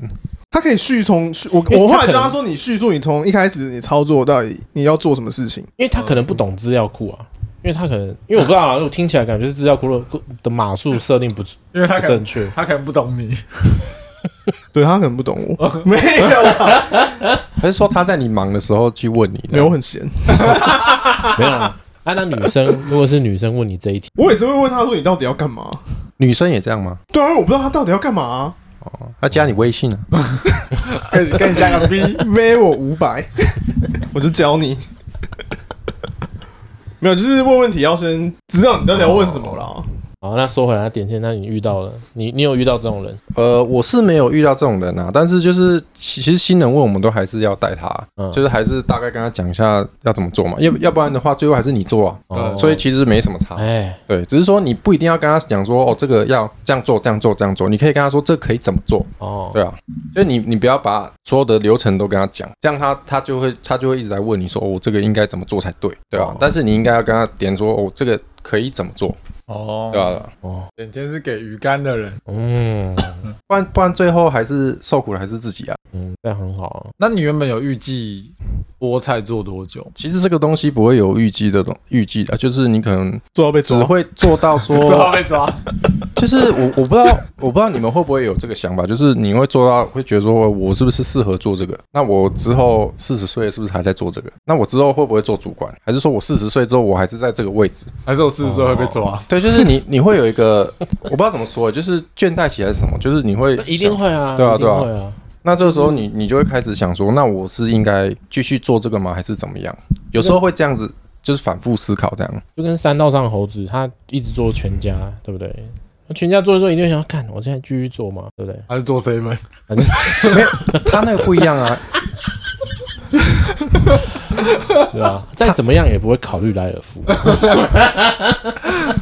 他可以叙从叙我
因为他
我后来
可能
教他说，你叙述你从一开始你操作到底你要做什么事情。
因为他可能不懂资料库啊，因为他可能，因为我不知道啊，我听起来感觉是资料库的的码数设定不
因为他
不
可能
正确，
他可能不懂你，
对他可能不懂我， 没有啊，
还是说他在你忙的时候去问你？
没有，我很闲。
没有啊。啊，那女生如果是女生问你这一题，
我也是会问他说你到底要干嘛？
女生也这样吗？
对啊，我不知道他到底要干嘛、啊，
他加你微信啊？
可以跟你加个 B。
v 我五百， 我就教你。没有，就是问问题要先知道你到底要问什么啦。
好，那说回来，点线，那你遇到了，你你有遇到这种人？
呃，我是没有遇到这种人啊，但是就是其其实新人问我们都还是要带他，啊
嗯
就是还是大概跟他讲一下要怎么做嘛，要要不然的话最后还是你做啊，
哦
所以其实没什么差。
哎，
对，只是说你不一定要跟他讲说哦，这个要这样做，这样做，这样做，你可以跟他说这可以怎么做，
哦，
对啊，就你你不要把所有的流程都跟他讲，这样他他就会他就会一直在问你说，哦我、这个应该怎么做才对，对啊
哦，
但是你应该要跟他点说，哦，这个可以怎么做，
哦
对，啊，
哦，
眼尖是给鱼竿的人，
嗯，
不然不然最后还是受苦的还是自己啊，
嗯，这样很好啊。
那你原本有预计菠菜做多久？，
其实这个东西不会有预计的东预计的，就是你可能
做到被
只
抓，
会做到 说
最后被抓，
就是我我不知道我不知道你们会不会有这个想法，就是你会做到会觉得说我是不是适合做这个？那我之后四十岁是不是还在做这个？那我之后会不会做主管？还是说我四十岁之后我还是在这个位置？
还是我四十岁会被抓？
对，就是 你你会有一个我不知道怎么说，就是倦怠期还是什么，就是你会
一定
想
会啊，
对啊
一定
对啊
会啊。
那这个时候你你就会开始想说，那我是应该继续做这个吗？还是怎么样？有时候会这样子，就是反复思考这样。
就跟三道上的猴子，他一直做全家，对不对？那全家做一做，一定会想，干，我现在继续做嘛，对不对？
还是做 seven？
他那个不一样啊，
对啊，再怎么样也不会考虑莱尔夫。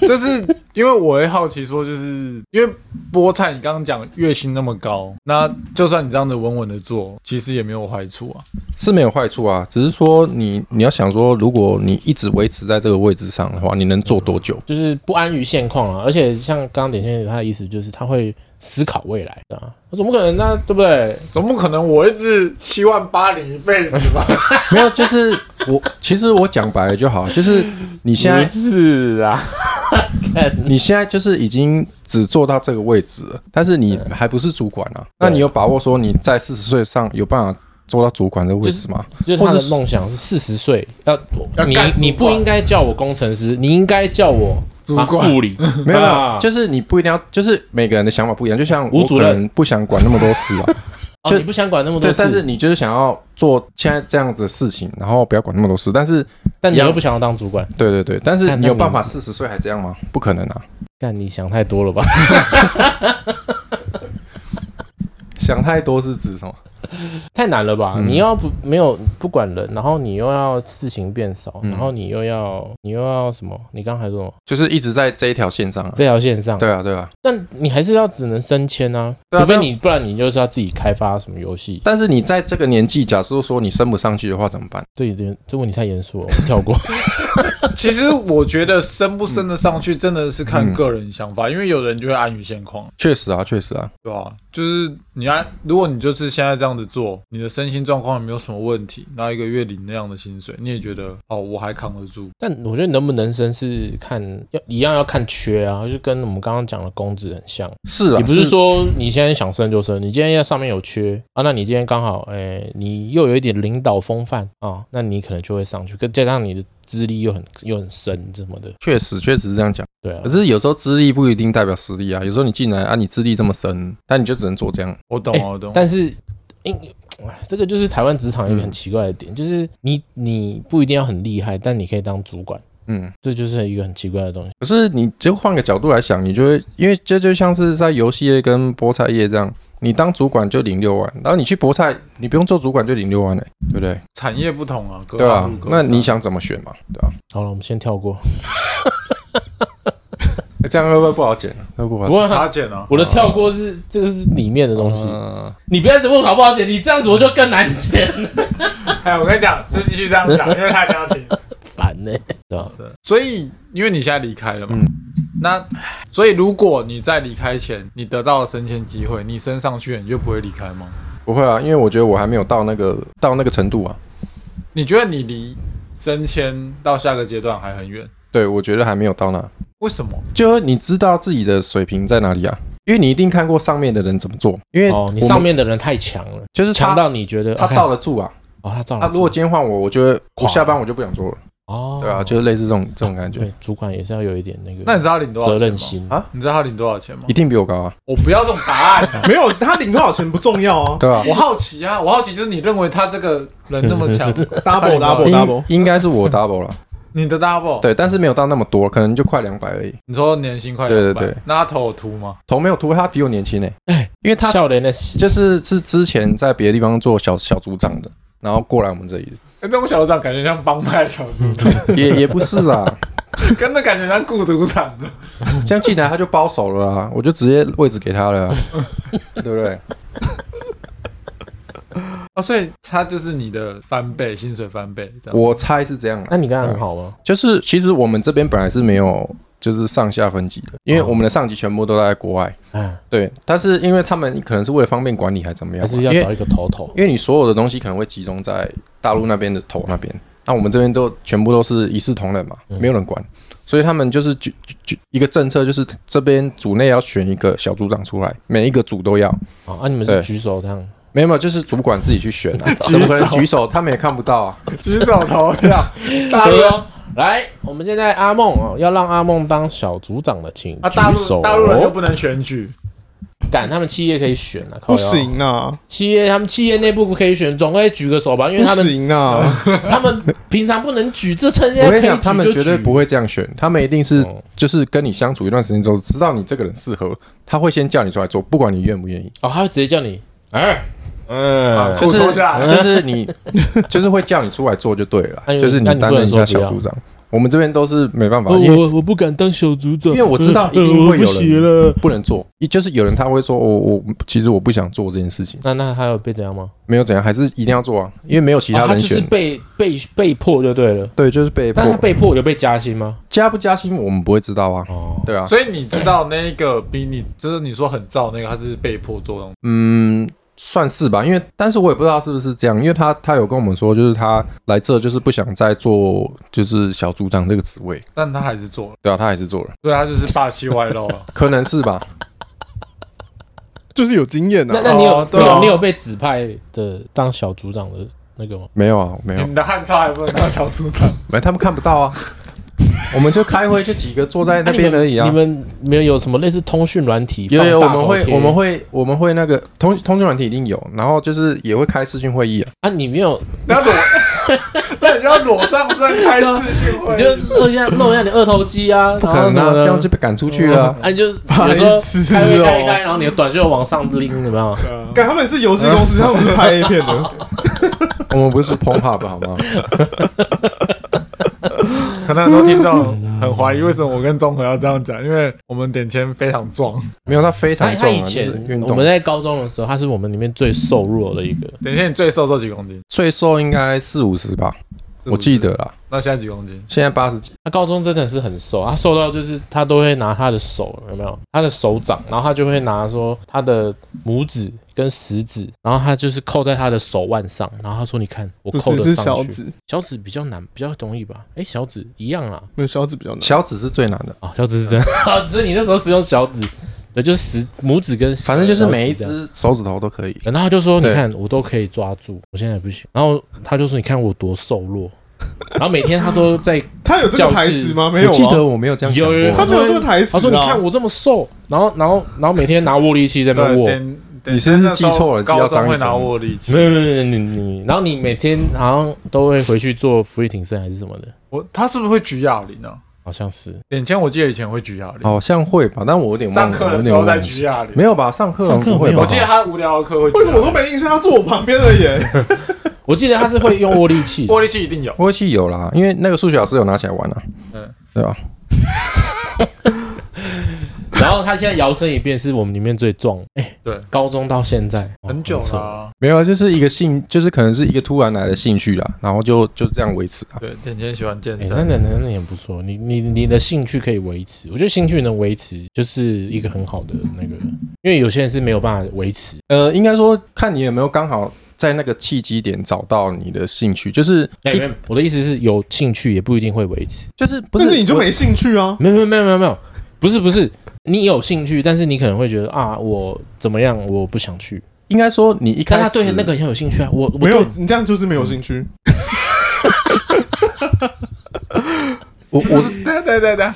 就是因为我会好奇说，就是因为菠菜，你刚刚讲月薪那么高，那就算你这样子稳稳的做，其实也没有坏处啊。
是没有坏处啊，只是说你你要想说，如果你一直维持在这个位置上的话，你能做多久？
就是不安于现况啊。而且像刚刚点线他的意思就是他会思考未来的、啊，我怎么可能呢？对不对？
总不可能我一直七万八领一辈子吧？
没有，就是我其实我讲白了就好，就是你现在
是啊，
你现在就是已经只做到这个位置了，但是你还不是主管啊，那你有把握说你在四十岁上有办法做到主管的位置吗？
就是他
或
的
是
梦想是四十岁要
要
你
干主管
你不应该叫我工程师，你应该叫我
主
啊
管
副理，
没有
啊
啦，就是你不一定要，就是每个人的想法不一样。就像
吴
我
主
可
任
能不想管那么多事啊，
哦，
就
你不想管那么多
对，但是
事，
你就是想要做现在这样子的事情，然后不要管那么多事。但是，
但你又不想要当主管，
对对对，但是
但
你有
那
办
你
法四十岁还这样吗？不可能啊！
干你想太多了吧？
想太多是指什么？
太难了吧？
嗯
你要不没有不管人，然后你又要事情变少，
嗯
然后你又要你又要什么？你刚才说什么
就是一直在这一条线上啊。
这条线上，
对啊，对啊。
但你还是要只能升迁啊，
对啊
除非
但
你不然你就是要自己开发什么游戏。
但是你在这个年纪，假设说你升不上去的话，怎么办？
这有点这问题太严肃了，我们跳 过。
其实我觉得升不升得上去，真的是看个人想
嗯
法，因为有的人就会安于现况，
确实啊，确实啊，
对吧、就是你安，如果你就是现在这样子做，你的身心状况也没有什么问题，拿一个月领那样的薪水，你也觉得哦，我还扛得住。
但我觉得能不能升是看要一样要看缺啊，就跟我们刚刚讲的工资很像。
是啊，
也不是说你现在想升就升，你今天要上面有缺啊，那你今天刚好，哎、你又有一点领导风范啊，那你可能就会上去，跟加上你的资历又很又很深什么的，
确实确实是这样讲。
对啊
可。是有时候资历不一定代表实力啊，有时候你进来啊，你资历这么深，但你就只能做这样。
我懂
哎
啊，我懂。
但是，因、哎这个就是台湾职场一个很奇怪的
嗯
点，就是你你不一定要很厉害，但你可以当主管，
嗯，
这就是一个很奇怪的东西。
可是你就换个角度来想，你就会因为这就像是在游戏业跟菠菜业这样，你当主管就领六万，然后你去菠菜，你不用做主管就领六万嘞、欸对不对？
产业不同啊，各
对啊
行各，业
那你想怎么选嘛？对啊，
好了，我们先跳过。
欸这样会不会不好剪？会不会
不
不好
过
他剪啊，
我的跳过是这个是里面的啊东西
剪？，嗯
你不要一直问好不好剪，你这样子我就更难剪，
哎，我跟你讲，就继续这样讲，因为他一定要 听。
烦呢、对吧、
对，所以因为你现在离开了嘛，
嗯
那所以如果你在离开前你得到了升迁机会，你升上去了，你就不会离开吗？
不会啊，因为我觉得我还没有到那个到那个程度啊。
你觉得你离升迁到下个阶段还很远？
对，我觉得还没有到那，
为什么？
就是你知道自己的水平在哪里啊？因为你一定看过上面的人怎么做，因为
哦，你
我们
上面的人太强了，
就是他
强到你觉得
他
OK，
罩得住啊。
哦，他照
他如果今天换我，我就会我
垮
下班我就不想做了，
哦，
对啊，就是类似这种这种感觉，
对主管也是要有一点那
那你
个
知道他领多少
责
钱吗
任？心
啊
你知道他领多少钱吗
一？定比我高啊，
我不要这种答案，
没有他领多少钱不重要啊
对吧？
我好奇啊，我好奇就是你认为他这个人那么 强
，double double
应
double，
应该是我 double 了，
你的 double，
对，但是没有到那么多，可能就快两百而已。
你说年薪快
对对
200
对，
那他头有秃吗？
头没有秃，他比我年轻诶、
哎
因为他
笑脸的就
就是是之前在别的地方做小小组长的，然后过来我们这里的，
哎，那种小组长感觉像帮派小 组长，
也也不是啦，
跟那感觉像雇赌场 的。
这样进来他就包手了啊，我就直接位置给他了、啊， 对不对？
哦，所以他就是你的翻倍，薪水翻倍这样。
我猜是这样啊，
那你刚才很好吗？
就是其实我们这边本来是没有就是上下分级的，因为我们的上级全部都在国外。
哦嗯，
对，但是因为他们可能是为了方便管理还怎么样
还
吧，
是要
因为
找一个头头。
因为你所有的东西可能会集中在大陆那边的头那边，那、我们这边都全部都是一视同仁嘛，没有人管，所以他们就是就就一个政策，就是这边组内要选一个小组长出来，每一个组都要，
哦啊，你们是
对
举手这样，
没有没有，就是主管自己去选啊，怎么可 能举手？他们也看不到啊。
举手投 票，
大陆哦。来，我们现在阿梦哦，要让阿梦当小组长的，请
啊，大
举手
陆
哦。
大陆人又不能选举，
敢，他们企业可以选啊，靠
不
腰，
行啊，
企业他们企业内部不可以选，总可以举个手吧，因为
不
他们
行啊，
他们平常不能举，这趁现
我
在
跟你
啊可以
讲，
举
他们
就
绝对
举
不会这样选，他们一定是
哦
就是跟你相处一段时间之后，知道你这个人适合，他会先叫你出来做，不管你愿不愿意。
哦，他会直接叫你，哎，
啊
嗯，
就
就是
脱下 来
就是你 就是会叫你出来做就对了啦，
那你
就是你
哎那你不
担
能
任一下
说不
小
要
组长。我们这边都是没办法，因为
呃我我不敢当小组长，
因为我知道
呃
一定
呃
会
我
有
不行
人
了。
不能做，就是有人他会说，我我其实我不想做这件事情，
那那还有被怎样吗？
没有怎样，还是一定要做啊，因为没有其
哦
他
他
人
就是
选，
被被被迫就对了，
对，就是被迫
但他被迫有被加薪吗？
加不加薪我们不会知道啊，
哦，
对啊，
所以你知道那个比你就是你说很燥那个，他是被迫做用。
嗯，算是吧，因为但是我也不知道是不是这样，因为他他有跟我们说，就是他来这就是不想再做就是小组长这个职位，
但他还是做了，
对啊，他还是做了，
所以他就是霸气外 露了。
可能是吧，
就是有经验
那
啊。
那你有
哦
你
对啊
有你有被指派的当小组长的那个吗？
没有啊，没有
你，们的汉超还不能当小组长，
没他们看不到 啊，我们就开会就几个坐在那边而已啊
你。们你们有什么类似通讯软体？
有有，我
放大头
们会
贴
我们会我们会那个通通讯软体一定有，然后就是也会开视讯会议啊。
啊，你没有，
那裸，那 你就要裸上身开视讯会
你，就露一下露一下你二头肌啊，
不可
然后
能
什么
啊，
的
这样就被赶出去了啊。
啊，你就有时
白痴
候开会
哦
开一开，然后你的短袖往上拎，有没有？
干他们是游戏公 司，他们是拍 A 片的，
我们不是 p o n p u b 好吗？
可能很多听众很怀疑为什么我跟钟和要这样讲，因为我们点签非常壮，
没有，他非常
他他
重啊，
以
就是
前
运
我
动
们在高中的时候，他是我们里面最瘦弱的一个，
点签你最瘦这几公斤，
最瘦应该四五十吧，
是不是
我记。得啦。
那现在几公斤？
现在八十几，
他高中真的是很瘦，他瘦到就是他都会拿他的手有没有，他的手掌，然后他就会拿说他的拇指跟食指，然后他就是扣在他的手腕上，然后他说你看我
不
扣
只
得
是
上
小
去，
指，
小指比较难，比较容易吧？哎，小指一样啊，
没有小指比较难。
小指是最难的，
啊、小指是真的，啊 所以你那时候使用小指，对，就是食拇指跟
反正就是每一
小指这样
只手指头都可以。
然后他就说：“你
对
看，我都可以抓住，我现在不行。”然后他就说：“你看我多瘦弱。”然后每天他都在
他有这
教
个
室
台词吗？没有
我记
啊，
得我没有这样想
有有
他
过。
没有这个台词
他
啊。
说：“你看我这么瘦。”然后然后然后每天拿握力器在那
对，
边握，
点点
你是不是
那时候
记错了记到
高中
张
会
医生
拿握力器
没。有没有没有你你，然后你每天好像都会回去做俯卧撑还是什么的，
我他是不是会举哑铃呢？
好像是。
点签我记得以前会举哑铃，
好像会吧，哦但我有点忘
上
了，
课
我哦有
的时
点
候
忘
在
了。
举哑铃。
没有吧？上课
上课
不会
没
吧？
有啊
我记得他无聊的课会举
为什
哑
么我都
铃，
没印象？他坐我旁边而已耶。
我记得他是会用握力器的，
握力器一定有。
我器有啦，因为那个数学老师有拿起来玩啊。
嗯
嗯，对吧？
然后他现在摇身一变是我们里面最壮。哎，
对，
高中到现在哦
很久
扯
了、啊。
没有啊，就是一个兴，就是可能是一个突然来的兴趣啦，然后就就这样维持啊。
对，点签喜欢健
哎、那
身，
那那那也不错，你你你的兴趣可以维持，我觉得兴趣能维持就是一个很好的那个，因为有些人是没有办法维持。
呃，应该说看你有没有刚好在那个契机点找到你的兴趣，就是
哎、没有我的意思是有兴趣也不一定会维持。
就是不
但
是
是你就没兴趣啊？
没有没有没有没有没有，不是不是，你有兴趣，但是你可能会觉得啊，我怎么样，我不想去。
应该说你一
但
开
他
始
对那个很有兴趣啊，我我
没有
对，
你这样就是没有兴趣。
我
我
我
是对对对对，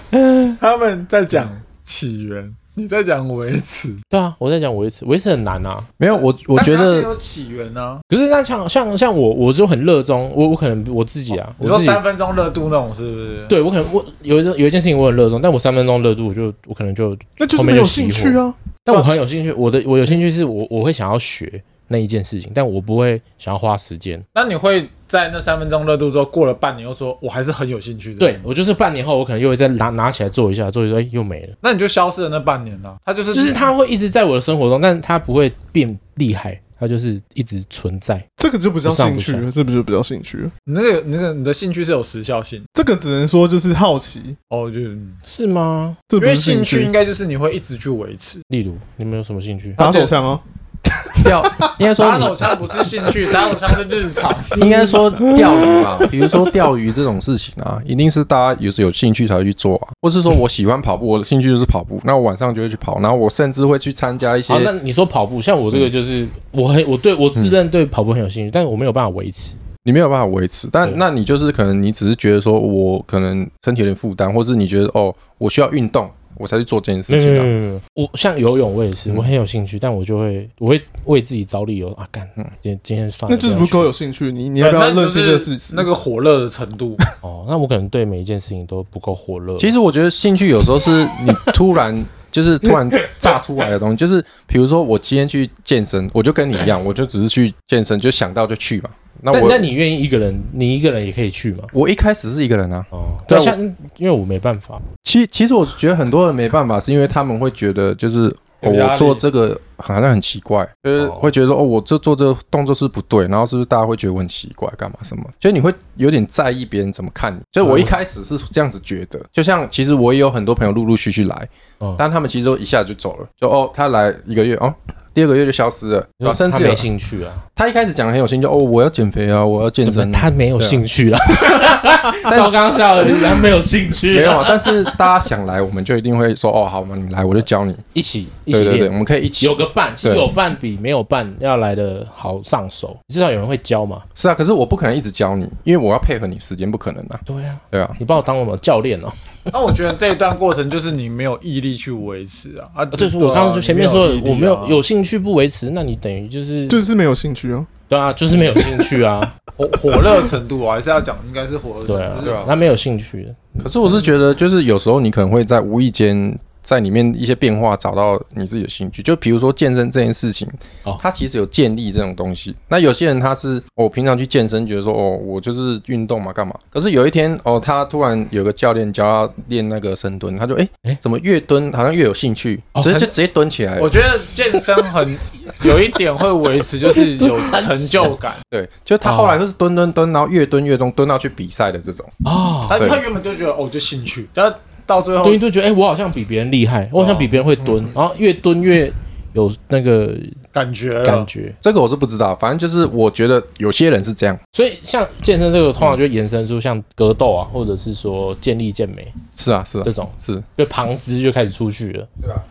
他们在讲起源，你在讲维持。
对啊，我在讲维持，维持很难啊。
没有我我觉
但它 是
得
有起源啊呢。
可是那像像像我，我就很热衷，我我可能我自己啊，
你
我
说
自己
三分钟热度那种是不是？
对我可能我有一有一件事情我很热衷，但我三分钟热度我就我可能就
那就是没有兴趣啊。
但我很有兴趣，我的我有兴趣是我我会想要学那一件事情，但我不会想要花时间。
那你会在那三分钟热度之后过了半年又说，我还是很有兴趣的。
对，我就是半年后，我可能又会再拿拿起来做一下，做一下，哎、又没了。
那你就消失了那半年呢、他就是
就是它会一直在我的生活中，但它不会变厉害，它它就是一直存在。
这个就不叫兴趣
不上不
了，是不是就不叫兴趣了？
你那个、你那个、你的兴趣是有时效性
这个只能说就是好奇，
哦，就是嗯
是吗？
这
因
不
为
是
兴趣
趣
应。该就是你会一直去维持。
例如，你们有什么兴趣？
打手枪啊，
钓，应该说
打
你
手枪不是兴 趣，打手枪是日常。
应该说钓鱼吧，比如说钓鱼这种事情啊，一定是大家有时有兴趣才会去做啊，或是说我喜欢跑步，我的兴趣就是跑步，那我晚上就会去跑，然后我甚至会去参加一些
好，哦那你说跑步，像我这个就是我很我对我自认对跑步很有兴趣，但我没有办法维持。
你没有办法维持，但
对
那你就是可能你只是觉得说我可能身体有点负担，或是你觉得哦我需要运动，我才去做这件
没
事情
有没有
啊
没。有没有，我像游泳我也是，
嗯
我很有兴趣，但我就会我会为自己找理由啊，干
嗯，
今今天算了，
那就是
不
不
要去
够有兴趣。你你要不要
对那
认
就
清
是
这个事实？
那个火热的程度，
哦，那我可能对每一件事情都不够火热。
其实我觉得兴趣有时候是你突然就是突然炸出来的东西， 就是比如说我今天去健身，我就跟你一样，我就只是去健身，就想到就去嘛。那
但
我
但你愿意一个人，你一个人也可以去嘛？
我一开始是一个人啊，
哦，
对
对，
啊
像因为我啊没办法，
其其实我觉得很多人没办法，是因为他们会觉得就是、哦
有压力
我做这个好像很奇怪，就是
哦
会觉得说哦我这做这个动作是不对，然后是不是大家会觉得我很奇怪干嘛什么？就你会有点在意别人怎么看你。就
嗯
我一开始是这样子觉得，就像其实我也有很多朋友陆陆续续来，
嗯
但他们其实都一下就走了，就哦他来一个月哦。第二个月就消失了，然后甚
哦他
至有
没兴趣啊，
他一开始讲的很有兴趣，哦，我要减肥啊，我要健
怎么
身啊，
他没有兴趣 啊？赵刚笑了，他没有兴趣，
没有啊。但是大家想来，我们就一定会说，哦，好嘛，你来我就教你，
一起一起
对对对，
练
我。们可以一起
有个伴，其实
对
有伴比没有伴要来的好上手，至少有人会教嘛。
是啊，可是我不可能一直教你，因为我要配合你时间，不可能啊。
对啊，
对啊，
你把我当什么教练哦？
那我觉得这一段过程就是你没有毅力去维持啊啊！
哦所以说
对啊
我刚刚就前面说
你
的，我没
没有毅力啊
有有兴趣不维持，那你等于就是
就是没有兴趣哦。
对啊，就是没有兴趣啊，
火火热程度，我还是要讲，应该是火热
对
程
啊
度，
对
就是
啊
他没有兴趣，
可是我是觉得，就是有时候你可能会在无意间在里面一些变化，找到你自己的兴趣。就比如说健身这件事情，
哦
它其实有建立这种东西。那有些人他是我、哦平常去健身，觉得说哦，我就是运动嘛，干嘛？可是有一天哦，他突然有个教练教他练那个深蹲，他就哎、
诶
怎么越蹲好像越有兴趣，
哦
直接
才
就直接蹲起来了
我。觉得健身很有一点会维持，就是有成就感。
对，就他后来就是蹲蹲蹲，然后越蹲越重，蹲到去比赛的这种。
啊。
他
对
他原本就觉得哦，就兴趣，然后到最后
蹲一蹲觉得，哎、我好像比别人厉害，我好像比别人会蹲，然后越蹲越有那个
感觉
感
了，
觉。
这个我是不知道，反正就是我觉得有些人是这样，
所以像健身这个，通常就会延伸出像格斗啊，或者是说健力健美
是啊，是啊
这，种，
是
就旁支就开始出去了。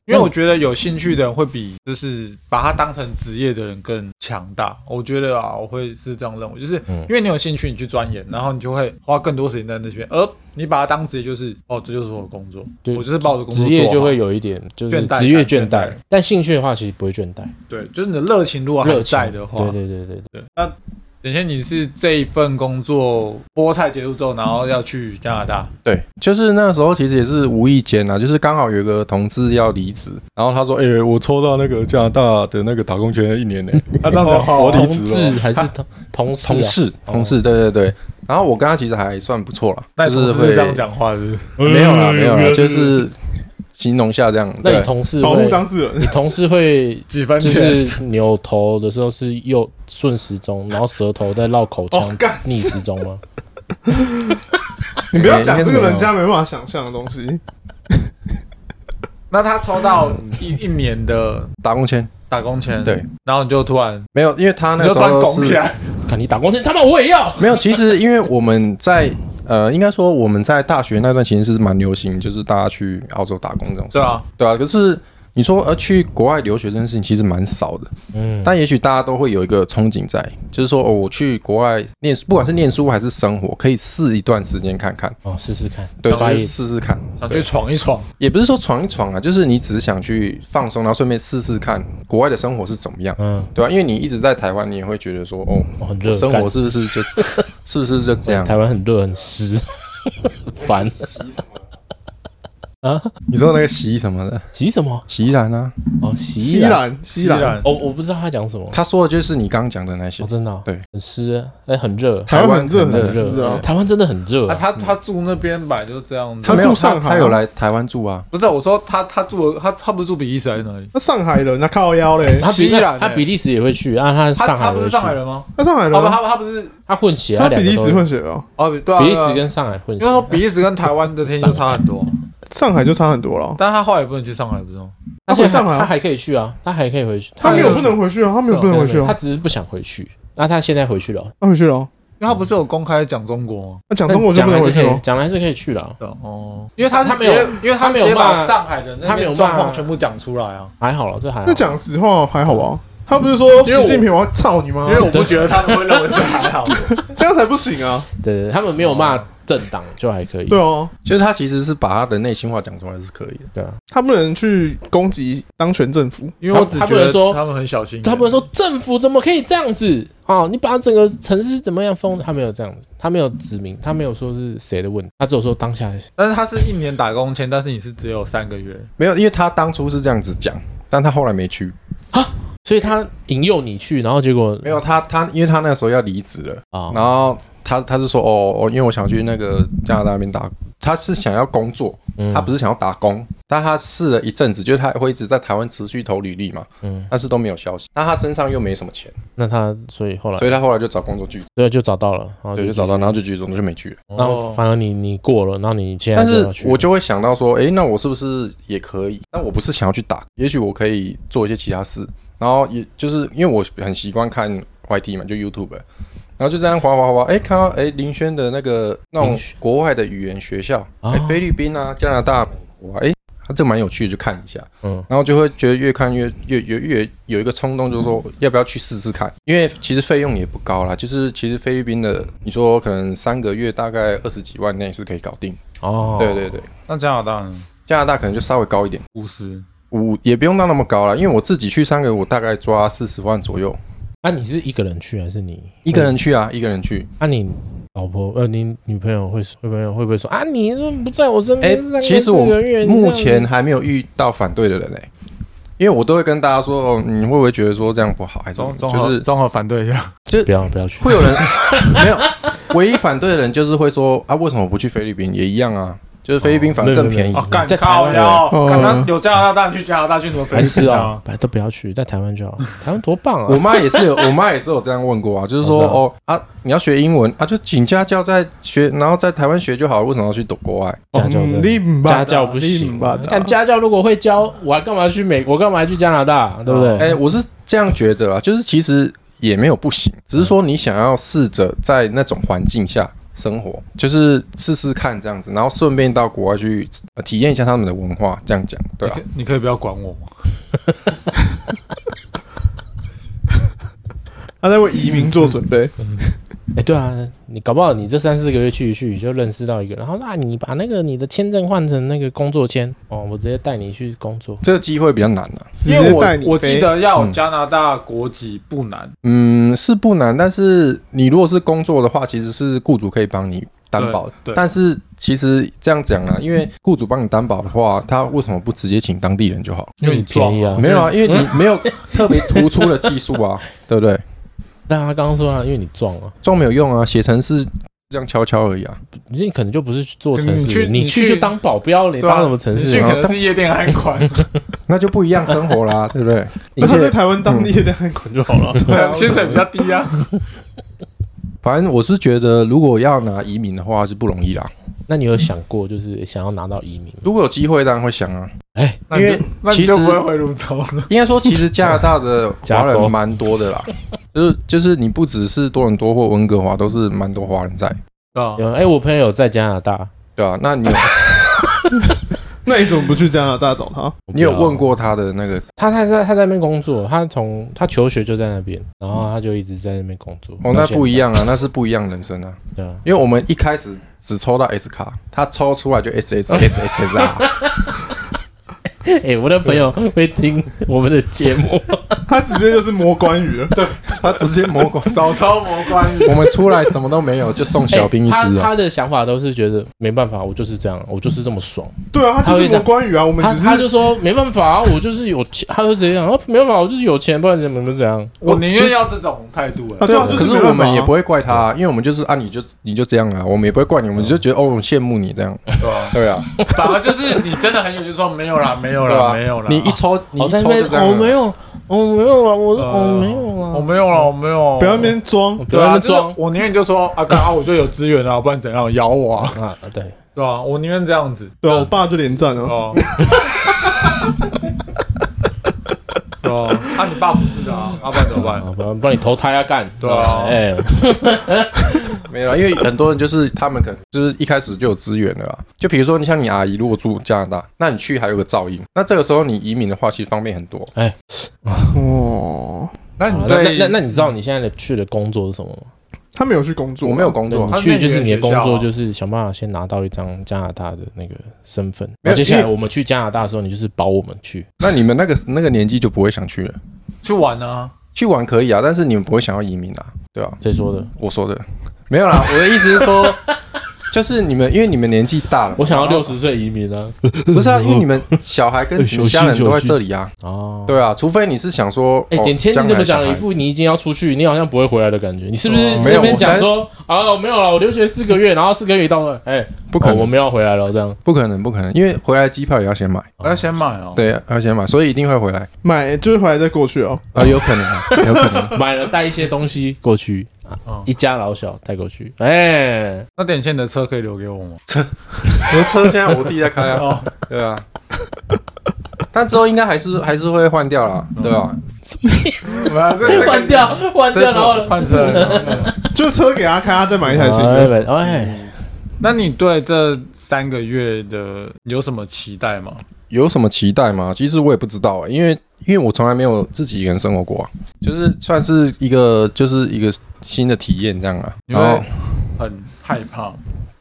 因为我觉得有兴趣的人会比就是把它当成职业的人更强大。我觉得啊，我会是这样认为，就是因为你有兴趣，你去钻研，然后你就会花更多时间在那边，而你把它当职业，就是哦，这就是我的工作，
对
我就是把我的工作
职
做
业就
好
会有一点就是
倦怠
职业
感
倦
倦
怠
怠，
但兴趣的话其实不会倦怠，
对，就是你的热情如果还
热
在
情
的话，
对对对对对，
等一下你是这一份工作菠菜结束之后，然后要去加拿大，
对，就是那时候其实也是无意间啊，就是刚好有一个同志要离职，然后他说：“哎、我抽到那个加拿大的那个打工签一年 呢、
啊
他这样讲话，
哦
我
同
离职
志
了。
还是同同事啊
同事，同事，对对对。然后我跟他其实还算不错啦，
那
就
你同事
会
是这样，讲嗯话是不是？
没有啦，没
哎
有啦，就是形容一下这样。
那
对
你，同事
保护
会，
当事人，
你同事会
几分
就
钱？
是扭头的时候是右顺时钟，然后舌头在绕口
哦
腔
干
逆时钟吗？
你不要
应
讲
该是
这
没有
个人家没办法想象的东西。
那他抽到一一年的
打工签
打工钱，
对，
然后你就突然
没有，因为他
你
那
就
时
突然
候
拱起
是
来，
看你打光线，他妈我也 要。
没有，其实因为我们在呃，应该说我们在大学那段其实是蛮流行，就是大家去澳洲打工这种事
对
情。
啊，
对啊。可是你说呃，去国外留学这件事情其实蛮少的，
嗯，
但也许大家都会有一个憧憬在，就是说哦，我去国外念书，不管是念书还是生活，可以试一段时间看看，
哦，试试看，
对，
所
就
以
是试试看。
想去闯一闯，
也不是说闯一闯啊，就是你只是想去放松，然后顺便试试看国外的生活是怎么样，
嗯，
对吧、啊因为你一直在台湾，你也会觉得说哦，
哦很热，
生
干
活是不是就是不是就这样？
台湾很热很湿，烦。啊，
你说那个席什么的，
洗什么？
席兰啊，
哦，洗
西
衣篮。
兰，西兰，
哦，我不知道他讲什么。
他说的就是你刚刚讲的那些
哦，。真的哦，
对，
很湿，哎，很热，
台湾很热
台湾
很
很
湿啊
热，
台湾真的很热
啊，
啊。
他他住那边吧，就是这样子。
他
没有
住上海啊
他有来台湾住啊。
不是我说他他住他他不是住比利时还是哪里？
那上海人那靠腰嘞，
他比
西兰欸
他比利时也会去啊，他
他
上海
他
也
不
会
是
去
上海，人吗？
他上海人
哦，不
啊，
他他不是
他混血啊，
他
两
比
个
利
都
时混血哦，
哦，对啊，
比利时
对啊
跟上海混
因
血
为。说比利时跟台湾的天气就差很多，
上海就差很多了。
但他后来也不能去上海，不是吗？
而且
他回上海啊
他还可以去啊，他还可以回去。
他没
还
有
可
不
以
能回去啊，他没有不能回去
他
哦，
只是不想回去。那他现在回去了，
他回去了哦。
因为他不是有公开讲中国吗？
那讲
但
中国就
讲
不
还是
能回
可
去
以，
了。
讲还是可以去了，
对哦，因为他是
他没有
直接因为他
他
直
没有
接把
骂
上海人那
他没
边
有
状况
骂
全部讲出来啊。
还好了，这还好
那讲实话还好吧？他不是说
因为我
习近平我要操你吗
因？为我不觉得他们会认为是还 好。
这样才不行啊！
对对，对他们没有骂政党就还可以，
对啊，
就是他其实是把他的内心话讲出来是可以的。
对啊，
他不能去攻击当权政府。
因为我只
他
觉
不能
得
说
他们很小心眼，
他不能说政府怎么可以这样子哦，你把整个城市怎么样封？他没有这样子，他没有指明，他没有说是谁的问题，他只有说当下
但是他是一年打工签，但是你是只有三个月，
没有，因为他当初是这样子讲，但他后来没去。
所以他引诱你去，然后结果
没有他他，因为他那时候要离职了，
啊，
然后他他是说哦哦，因为我想去那个加拿大那边打，他是想要工作，
嗯
他不是想要打工，但他试了一阵子，就是他会一直在台湾持续投履历嘛，
嗯，
但是都没有消息，但他身上又没什么钱，
那他所以后来
所以他后来就找工作拒绝，
所以哦就找到了，然后
对，就找到，然后就拒绝，那就没去了。
然后反而你你过了，然后你现在
但
就
是
要去
我就会想到说，诶，那我是不是也可以？但我不是想要去打，也许我可以做一些其他事。然后也就是因为我很习惯看 YT 嘛，就 YouTube，然后就这样滑滑滑滑，诶，看到诶林轩的那个那种
林轩
国外的语言学校，
哦
诶，菲律宾啊、加拿大、美国啊，诶，他这个蛮有趣的，就看一下。
嗯
然后就会觉得越看越越越越有一个冲动，就是说要不要去试试看？因为其实费用也不高啦，就是其实菲律宾的，你说可能三个月大概二十几万内是可以搞定。
哦，
对对对。
那加拿大呢？
加拿大可能就稍微高一点，
五十，
五也不用到那么高了，因为我自己去三个，我大概抓四十万左右，
那、啊你是一个人去还是你
一个人去啊，一个人去。
那、你老婆呃，你女朋友会会不会会不会说啊？你怎么不在我身
哎、
边？三个
其实我
四个月
目前还没有遇到反对的人嘞、欸因为我都会跟大家说，哦，你会不会觉得说这样不好，还是怎么
综综
样就
合
是
综合反对一下，
不要不要去，
会有人 没有，唯一反对的人就是会说啊，为什么不去菲律宾？也一样啊，就是菲律宾反而更便宜。
没有
哦，干
在台
靠
湾
腰，
哦
干他有加拿大当然去加拿大，去什么菲
还
律
是
宾
啊
啊？，
反正都不要去，在台湾 就好。台湾多棒
我
啊！
妈也是有， 我妈也是有这样问过啊，就是说
我知道
哦啊，你要学英文啊，就请家教在学，然后在台湾学就好了，为什么要去读国外？
家教真的
真
家教不行啊，但家教如果会教，我还干嘛去美国？干嘛还去加拿大？对不
哎、
对？
我是这样觉得啦，就是其实也没有不行，只是说你想要试着在那种环境下生活，就是试试看这样子，然后顺便到国外去、呃体验一下他们的文化，这样讲对啊
你
吧、
可你可以不要管我吗？
他在为移民做准备。
哎，对啊，你搞不好你这三四个月去一去，就认识到一个，然后那你把那个你的签证换成那个工作签哦，我直接带你去工作。
这个机会比较难啊，
直
因
接
为
带你
我我
飞
记得要有加拿大国籍不难，
嗯，是不难，但是你如果是工作的话，其实是雇主可以帮你担保的。
对对
但是其实这样讲啊，因为雇主帮你担保的话，他为什么不直接请当地人就好？
因为你
便宜
撞
啊，
没有啊，因为你没有特别突出的技术啊，对不对？
但他刚刚说啊了，因为你撞了，
装没有用啊，写程式这样敲敲而已啊。
你可能就不是去做城
你
市
去，
你
你
去
去
就当保镖，你
对啊
当什么城
你
市
去
啊？
可能是夜店安管，
那就不一样生活 啦，对不对？
你
他在
去
台湾当地的汉管就好了。
对啊薪水比较低啊。
反正我是觉得，如果要拿移民的话是不容易啦。
那你有想过就是想要拿到移民吗？
如果有机会，当然会想啊。
哎，
那你就
因为
那你
其实
就不会回泸州了。
应该说，其实加拿大的
加
华
州
人 蛮多的啦，就是就是你不只是多伦多或温哥华，都是蛮多华人在，
对啊，
有哎，我朋友在加拿大，
对啊，那你有
那你怎么不去加拿大找他？
我不啊
你有
知道
问过他的那个？
他？他在他在那边工作，他从他求学就在那边，然后他就一直在那边工作。
哦，那不一
样，
样啊，那是不一样人生啊。
对啊，
因为我们一开始只抽到 S 卡，他抽出来就 S S S S S 啊。
哎、我的朋友会听我们的节目，
他直接就是摸关羽了。对，
他直接魔鬼。
手抄魔关羽，
我们出来什么都没有，就送小兵一
哎
只
他
啊！
他的想法都是觉得没办法，我就是这样，我就是这么爽。
对啊，他就是摸关羽啊。我们
他
只是
他就说没办法，我就是有钱，他就这样，哦没办法，我就是有钱，不然怎么怎么怎样。
我宁愿要这种态度欸
啊
了。
对啊，就
可是
没办法啊
我们也不会怪他啊，因为我们就是啊，你就你就这样啊，我们也不会怪你，我们就觉得哦，我们羡慕你这样。
对吧？
对啊，
反而就是你真的很有，就说没有啦，没有
对
啦，
啊，
没有啦。
你一抽，你
我
一
哦在
抽
那
就
边，
这样啊
我没
了。哦
有，我没有啊，我
呃
我没有
我
啊，
没有啦，我没有。
不要那边装
我。不
对
要
啊，
那
就是
装
我宁愿就说啊，刚好我就有资源啊，不然怎样咬我啊？
啊， 对，
对啊，我宁愿这样子。
对啊，我爸就连战了。
哦。对啊，啊，你爸不是的啊，阿爸怎么办？
啊不然不然你投胎啊干，
对啊
哎，
没有啦，因为很多人就是他们可能就是一开始就有资源了啊。就比如说，你像你阿姨如果住加拿大，那你去还有个照应，那这个时候你移民的话，其实方便很多。
哦，
那
啊
你
那那
对
那那你知道你现在的去的工作是什么吗？
他没有去工作，啊
啊我没有工作
你
他，
去就是你的工
那个
作
学校
就是想办法先拿到一张加拿大的那个身份，
没
那
有
接下来
因为
我们去加拿大的时候，你就是保我们去，
那你们那个那个年纪就不会想去了。
去玩啊？
去玩可以啊，但是你们不会想要移民啊，对啊，
谁说的？
我说的没有啦，我的意思是说， 就是你们因为你们年纪大了，
我想要六十岁移民啊！
不是啊，因为你们小孩 跟你
休
们
息
家人都在这里啊，
哦，
对啊，除非你是想说，
哎、
哦
点签
将
你
来
怎么讲？
小
一
孩
副你已经要出去，你好像不会回来的感觉。你是不是
哦
没有
这边
我
讲说啊，没有了，我留学四个月，然后四个月一到了，哎、
不
不
可
我
能，
们要回来了，这样
不可能，不可能，因为回来机票也要先买，
我要先买哦。
对，要先买，所以一定会回来
买，就是回来再过去哦。
啊，有可能啊，有可能，
买了带一些东西过去啊，
哦
一家老小带过去，哎、
那点线的车可以留给我吗？
我的车现在我弟在开啊，
哦，
对啊。 但之后应该还是还是会换掉啦，对啊，
我要这个
换掉换
啊
掉，
这
然后呢
换车。
就车给他开，他再买一台新
哎
的。
哎，
那你对这三个月的有什么期待吗？
有什么期待吗？其实我也不知道、欸，因为因为我从来没有自己一个人生活过、啊，就是算是一个就是一个新的体验这样啊。
你
然
会
后
很害怕，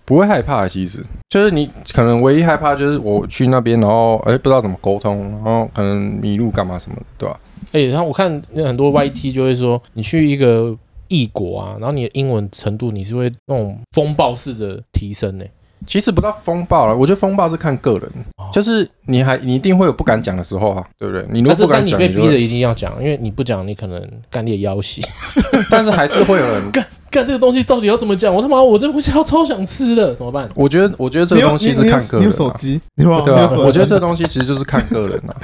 不会害怕，其实就是你可能唯一害怕就是我去那边，然后哎、不知道怎么沟通，然后可能迷路干嘛什么的，对吧、
哎，然后我看那很多 YT 就会说，你去一个异国啊，然后你的英文程度你是会那种风暴式的提升呢、
其实不到风暴了，我觉得风暴是看个人，就是你还你一定会有不敢讲的时候啊，对不对？你如果
那这
不
但
敢
你
讲，
被
你就
逼的
会
一定要讲，因为你不讲，你可能干你的要挟。
但是还是会有人。
干这个东西到底要怎么讲？我他妈我这不是要超想吃的，怎么办？
我觉得，我觉得这
你
个
有
东西
你
是
你有
看个人、
你有
啊，
手机，你有
对
你
啊
有手，机
我觉得这东西其实就是看个人啊，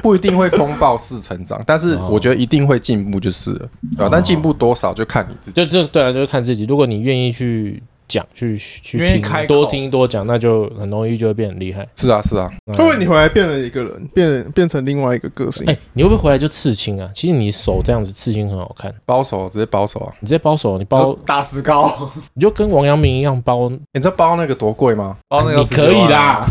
不一定会风暴式成长，但是我觉得一定会进步就是了，对吧、
哦
但进步多少就看你自己。
就就对啊，就是看自己。如果你愿意去讲，去去
愿意
听
开口，
多听多讲，那就很容易就会变很厉害。
是啊，是啊，
嗯
会不会你回来变了一个人，变变成另外一个个性
哎、？你会不会回来就刺青啊？其实你手这样子刺青很好看，
包手直接包手啊！
你直接包手，你包
打石膏，
你就跟王阳明一样包，
你知道包那个多贵吗？
包那个
你可以
啊
啦，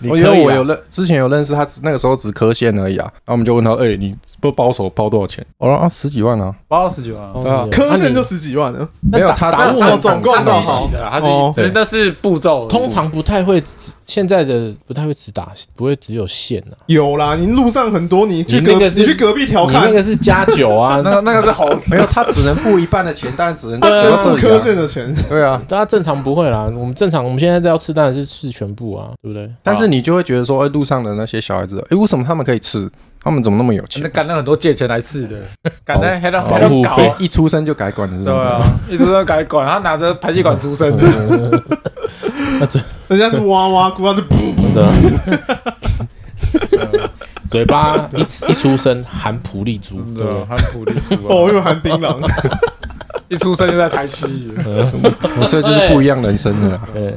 你
我哦
可
因为
以啊
我有
啦。
认之前有认识他，那个时候只刻线而已啊。然后我们就问他，哎、你不包手包多少钱？我说啊，十几万啊。
包十九啊，
哦
对啊
是的
科
那
线
你
就十几万了，
那
没有
打
他
打
那
我
是
哦总共
它
多
是
少
一起的啦，它是
哦
一只是那是步骤而已，
通常不太会，现在的不太会只打，不会只有线啊。
有啦。你路上很多，你去
你
隔
那个
你
是
去隔壁调
你那
侃，
个是加九 啊，
那个那个是猴子，
没有，他只能付一半的钱，但只能
他
付
只能付
到这
科
里、
线
啊。
的钱。
对啊，
大家正常不会啦，我们正常，我们现在要吃当然是吃全部啊，对不对？
但是你就会觉得说，哎、路上的那些小孩子，哎、为什么他们可以吃？他们怎么那么有钱
那？干了很多借钱来刺 的，干那黑到
保
黑到
护
搞
费
啊，
一出生就改管了，是
对
吧？
啊，一直都改管，他拿着排气管出生的，
人家是哇 哇哭，他是噗
真
啊
的， 嘴巴一一出生含普利珠，对
对
不
啊，很普利图
哦，
啊，
又含 槟榔，
一出生就在台七，
嗯
我这就是不一样人生了啊。
对？呃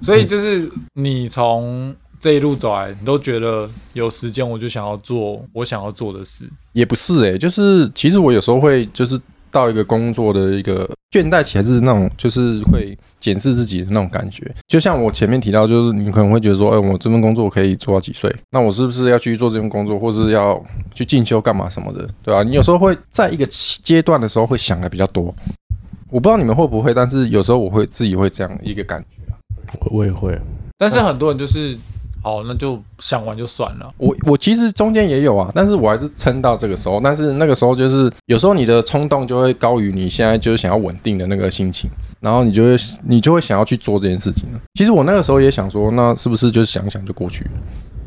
所以就是你从这一路走来，你都觉得有时间我就想要做我想要做的事，
也不是诶、欸就是其实我有时候会就是到一个工作的一个倦怠期，还是那种就是会检视自己的那种感觉。就像我前面提到，就是你可能会觉得说，哎、我这份工作我可以做到几岁？那我是不是要去做这份工作，或是要去进修干嘛什么的，对吧、你有时候会在一个阶段的时候会想的比较多。我不知道你们会不会，但是有时候我会自己会这样一个感觉。
我我也会，
但是很多人就是好，那就想完就算了。
我我其实中间也有啊，但是我还是撑到这个时候。但是那个时候就是有时候你的冲动就会高于你现在就是想要稳定的那个心情，然后你就会你就会想要去做这件事情了。其实我那个时候也想说，那是不是就是想想就过去了？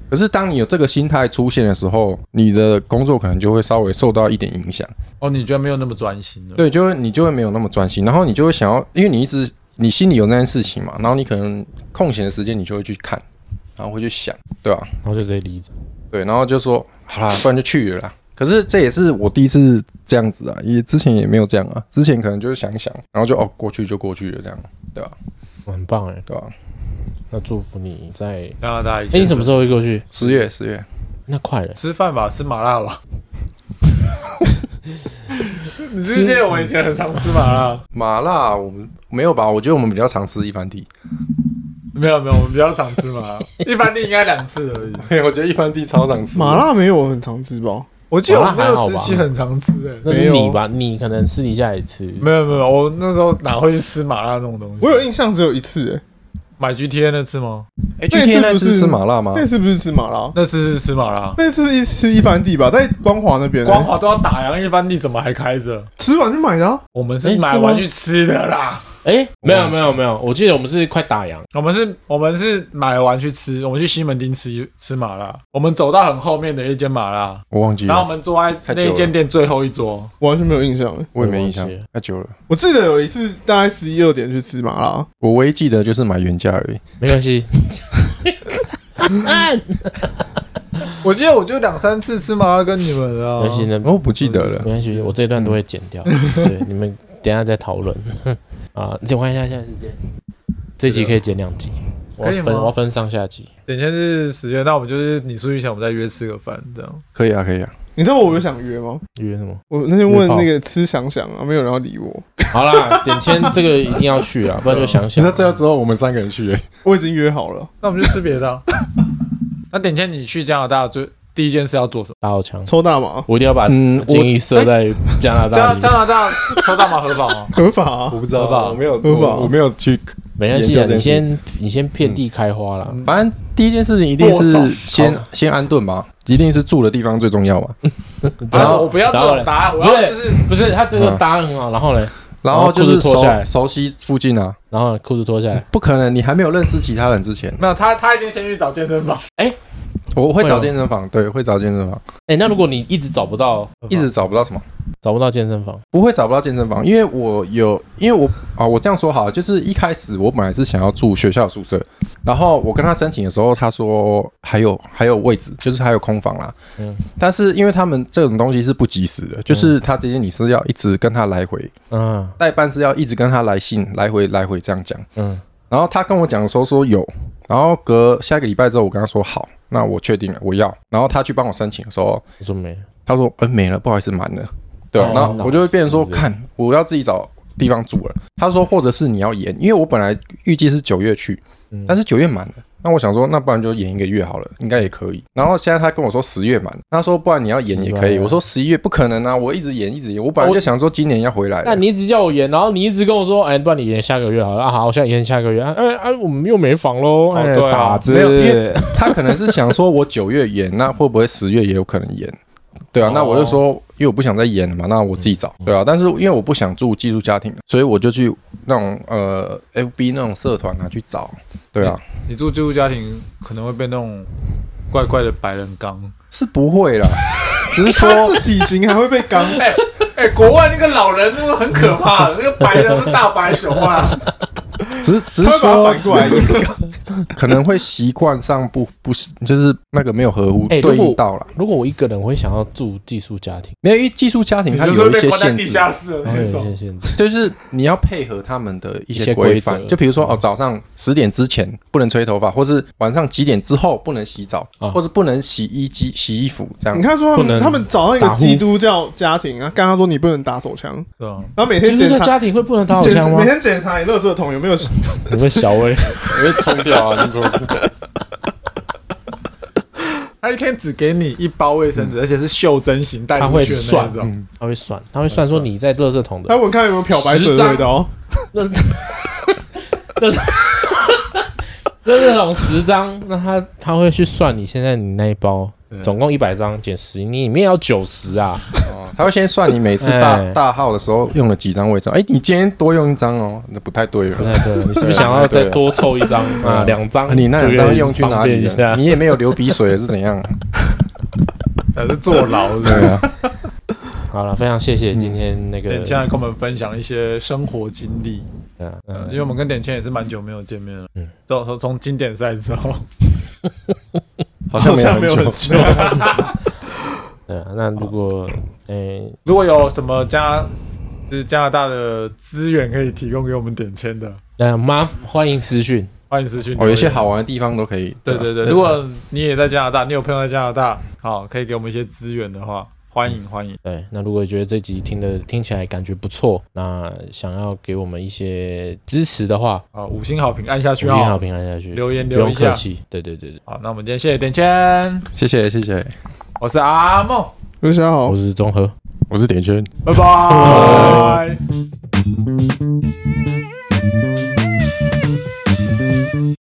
可是当你有这个心态出现的时候，你的工作可能就会稍微受到一点影响。
哦，你觉得没有那么专心了？
对，就会你就会没有那么专心，然后你就会想要，因为你一直你心里有那件事情嘛，然后你可能空闲的时间你就会去看，然后会去想，对吧、
然后就直接离职。
对，然后就说好啦，不然就去了啦。可是这也是我第一次这样子啊，也之前也没有这样啊，之前可能就是想一想，然后就哦过去就过去了这样，
很棒哎，
对吧、
那祝福你在。
加拿大一
哎，你什么时候会过去？
十月十月，
那快了，
吃饭吧？吃麻辣吧？ 你记
不记
得我以前很常吃麻辣？
麻辣我们没有吧？我觉得我们比较常吃一番地，
没有没有，我们比较常吃麻辣， 一般店应该两次而已。
我觉得一番地超常吃
麻辣没有很常吃吧？
我记得我哦那
麻辣还好
个
吧
时期很常吃欸诶、
那是你吧？你可能私底下也吃，
没有没有，我那时候哪会去吃麻辣那种东西？
我有印象只有一次、欸，
买 GTA 那次吗？
哎，去天那
那次
次
不是
吃麻辣吗？
那次不是吃麻辣，
那次是吃麻辣，
那次一吃一番地吧，在光华那边、欸，
光华都要打烊，一般地怎么还开着？
吃完就买的、啊，
我们
诶
是
是
买完
吗
去吃的啦。
哎，没有没有没有，我记得我们是快打烊，
我们是，我们是买完去吃，我们去西门町吃吃麻辣。我们走到很后面的一间麻辣，
我忘记
然后我
了，
们坐在
太久
那
了
一间店最后一桌。
我完全没有印象、欸。
我也没印象
我忘记了，
太久了。
我记得有一次大概十一二点去吃麻辣，
我唯一记得就是买原价而已。
没关系。没
我记得我就两三次吃麻辣跟你们了、
关系，
啊。
那
我哦不记得
没
了，
关系，我这一段都会剪掉。对，你们等一下再讨论 啊。你先看一下现在时间，这集可以剪两集，我要
可以
分
吗
我要分上下集。
等一下是十月，那我们就是你出去前，我们再约吃个饭这样。
可以啊，可以啊。
你知道我有想约吗？
约什么？
我那天问
约炮
那个吃想想啊，没有人要理我，
好啦，点签这个一定要去啊，不然就想
你
想
知道。这样之后我们三个人去、欸，
我已经约好了，
那我们就吃别 的啊、那等一下你去加拿大最第一件事要做什么？
打好枪，
抽大麻
我一定要把
嗯
精力射在加拿大
加
里
加
面。
拿大抽大麻合法吗？
合法、啊
我，不知道
吧
我没有，
合法
我我没有去。
没关系啊，
研究这件事嗯
你先你先遍地开花啦。
反正第一件事情一定
我走
是先先安顿吧，一定是住的地方最重要 嘛。
然
啊
后
我不要这种答案，我
不
要
是
就是
不是，他这个答案很好，然后嘞，
然后就是
然后裤子脱
熟
下来
熟悉附近啊，
然后裤子脱下来，
不可能，你还没有认识其他人之前，
没有他，他一定先去找健身房。
我会
嗯会
找
哦
健身房，对，会找健身房，
哎，那如果你一直找不到，
一直找不到什么，
找不到健身房，
不会找不到健身房，因为我有，因为我啊，我这样说好了，就是一开始我本来是想要住学校宿舍，然后我跟他申请的时候，他说还有还有位置，就是还有空房啦，
嗯
但是因为他们这种东西是不及时的，就是他直接你是要一直跟他来回，
嗯
代办是要一直跟他来信，来回来回这样讲。
嗯，
然后他跟我讲的时候说有，然后隔下一个礼拜之后，我跟他说好，那我确定了，我要。然后他去帮我申请的时候，
我说没了，
他说嗯没了，不好意思满了，对啊
哦，
然后我就会变成说
是
看我要自己找地方住了。他说或者是你要延，因为我本来预计是九月去
嗯，
但是九月满了。那我想说，那不然就延一个月好了，应该也可以。然后现在他跟我说十月满，他说不然你要延也可
是
以。
吧
我说十一月不可能啊，我一直延一直延，我本来
啊我
就想说今年要回来了。
那你一直叫我演，然后你一直跟我说，哎，不然你演下个月好了啊，好，我现在演下个月啊，哎哎，我们又没房喽，哎，
对啊
傻
没有因
子
为，他可能是想说，我九月延，那会不会十月也有可能延？对啊
哦，
那我就说，因为我不想再延了嘛，那我自己找，
嗯
对啊。但是因为我不想住寄宿家庭，所以我就去那种呃 FB 那种社团啊去找，对啊，
嗯
你住寄宿家庭可能会被那种怪怪的白人刚。
是不会 啦，只是
他
说
这体型还会被刚，
哎、国外那个老人那个很可 怕，那个白人是大白熊啊。
只是只
他
是
会把它
说
反过来演。
可能会习惯上不不是就是那个没有合乎
哎
对
如果
应到啦。
如果我一个人，我会想要住寄宿家庭，哦
没有，因为寄宿家庭
你
它
就
有
是
一
被
些
关在
限
地
制，
下室的
然后有
那
一些
种。
限制。
就是你要配合他们的一
一些
些规
规
范
则，
就比如说哦，早上十点之前不能吹头发，或是晚上几点之后不能洗澡，
啊
或是不能洗衣机、洗衣服这
你
样。
看说他
不能
们他们找到一个
打呼
基督教家庭啊，跟他说你不能打手枪，
对啊，
然后每
寄
天
宿
检
在
查
家庭会不能打手
检
枪
查
吗
每？天检查你垃圾桶有没有
你们小薇，
我会冲掉 啊！你说是？
他一天只给你一包卫生纸，而且是袖珍型带
他
出
会
去的那
算
种。，
他会算，他会算说你在垃圾桶
哎，
的
我看有没有漂白水的味道。
那那就是那种十张，那他他会去算你现在你那一包总共一百张减十，你里面要九十啊，
哦他会先算你每次大
哎
大号的时候用了几张位置。哎，你今天多用一张哦，那不太对了。
对对，你是不是想要再
对
多凑一张啊？两
啊
张，
你那两张用去哪
就可以方便
里
一下
了？？你也没有流鼻水是怎样？
还是坐牢的。
对啊，
好了，非常谢谢今天那个，
点谦来跟我们分享一些生活经历，
对啊嗯
因为我们跟点谦也是蛮久没有见面了。
嗯
嗯，从从从经典赛之后，
好像没有
好像没有
很久
很久。
对啊，那如果诶
如果有什么加就是加拿大的资源可以提供给我们点签的，
那麻欢迎私讯，
欢迎私讯。
哦，有一些。好玩的地方都可
啊
以。啊
对对对，如果你也在加拿大，你有朋友在加拿大，好，可以给我们一些资源的话，欢迎欢迎。
对，那如果觉得这集听的听起来感觉不错，那想要给我们一些支持的话，
好，五星好评按下
五
去
星好
哦，
评按下去，
留言
不
留
用
一
客
下。
气，对对对对，
好，那我们今天谢谢点签，
谢谢谢谢，
我是阿梦，
大家好
我，是中和。
我是点圈。
拜拜。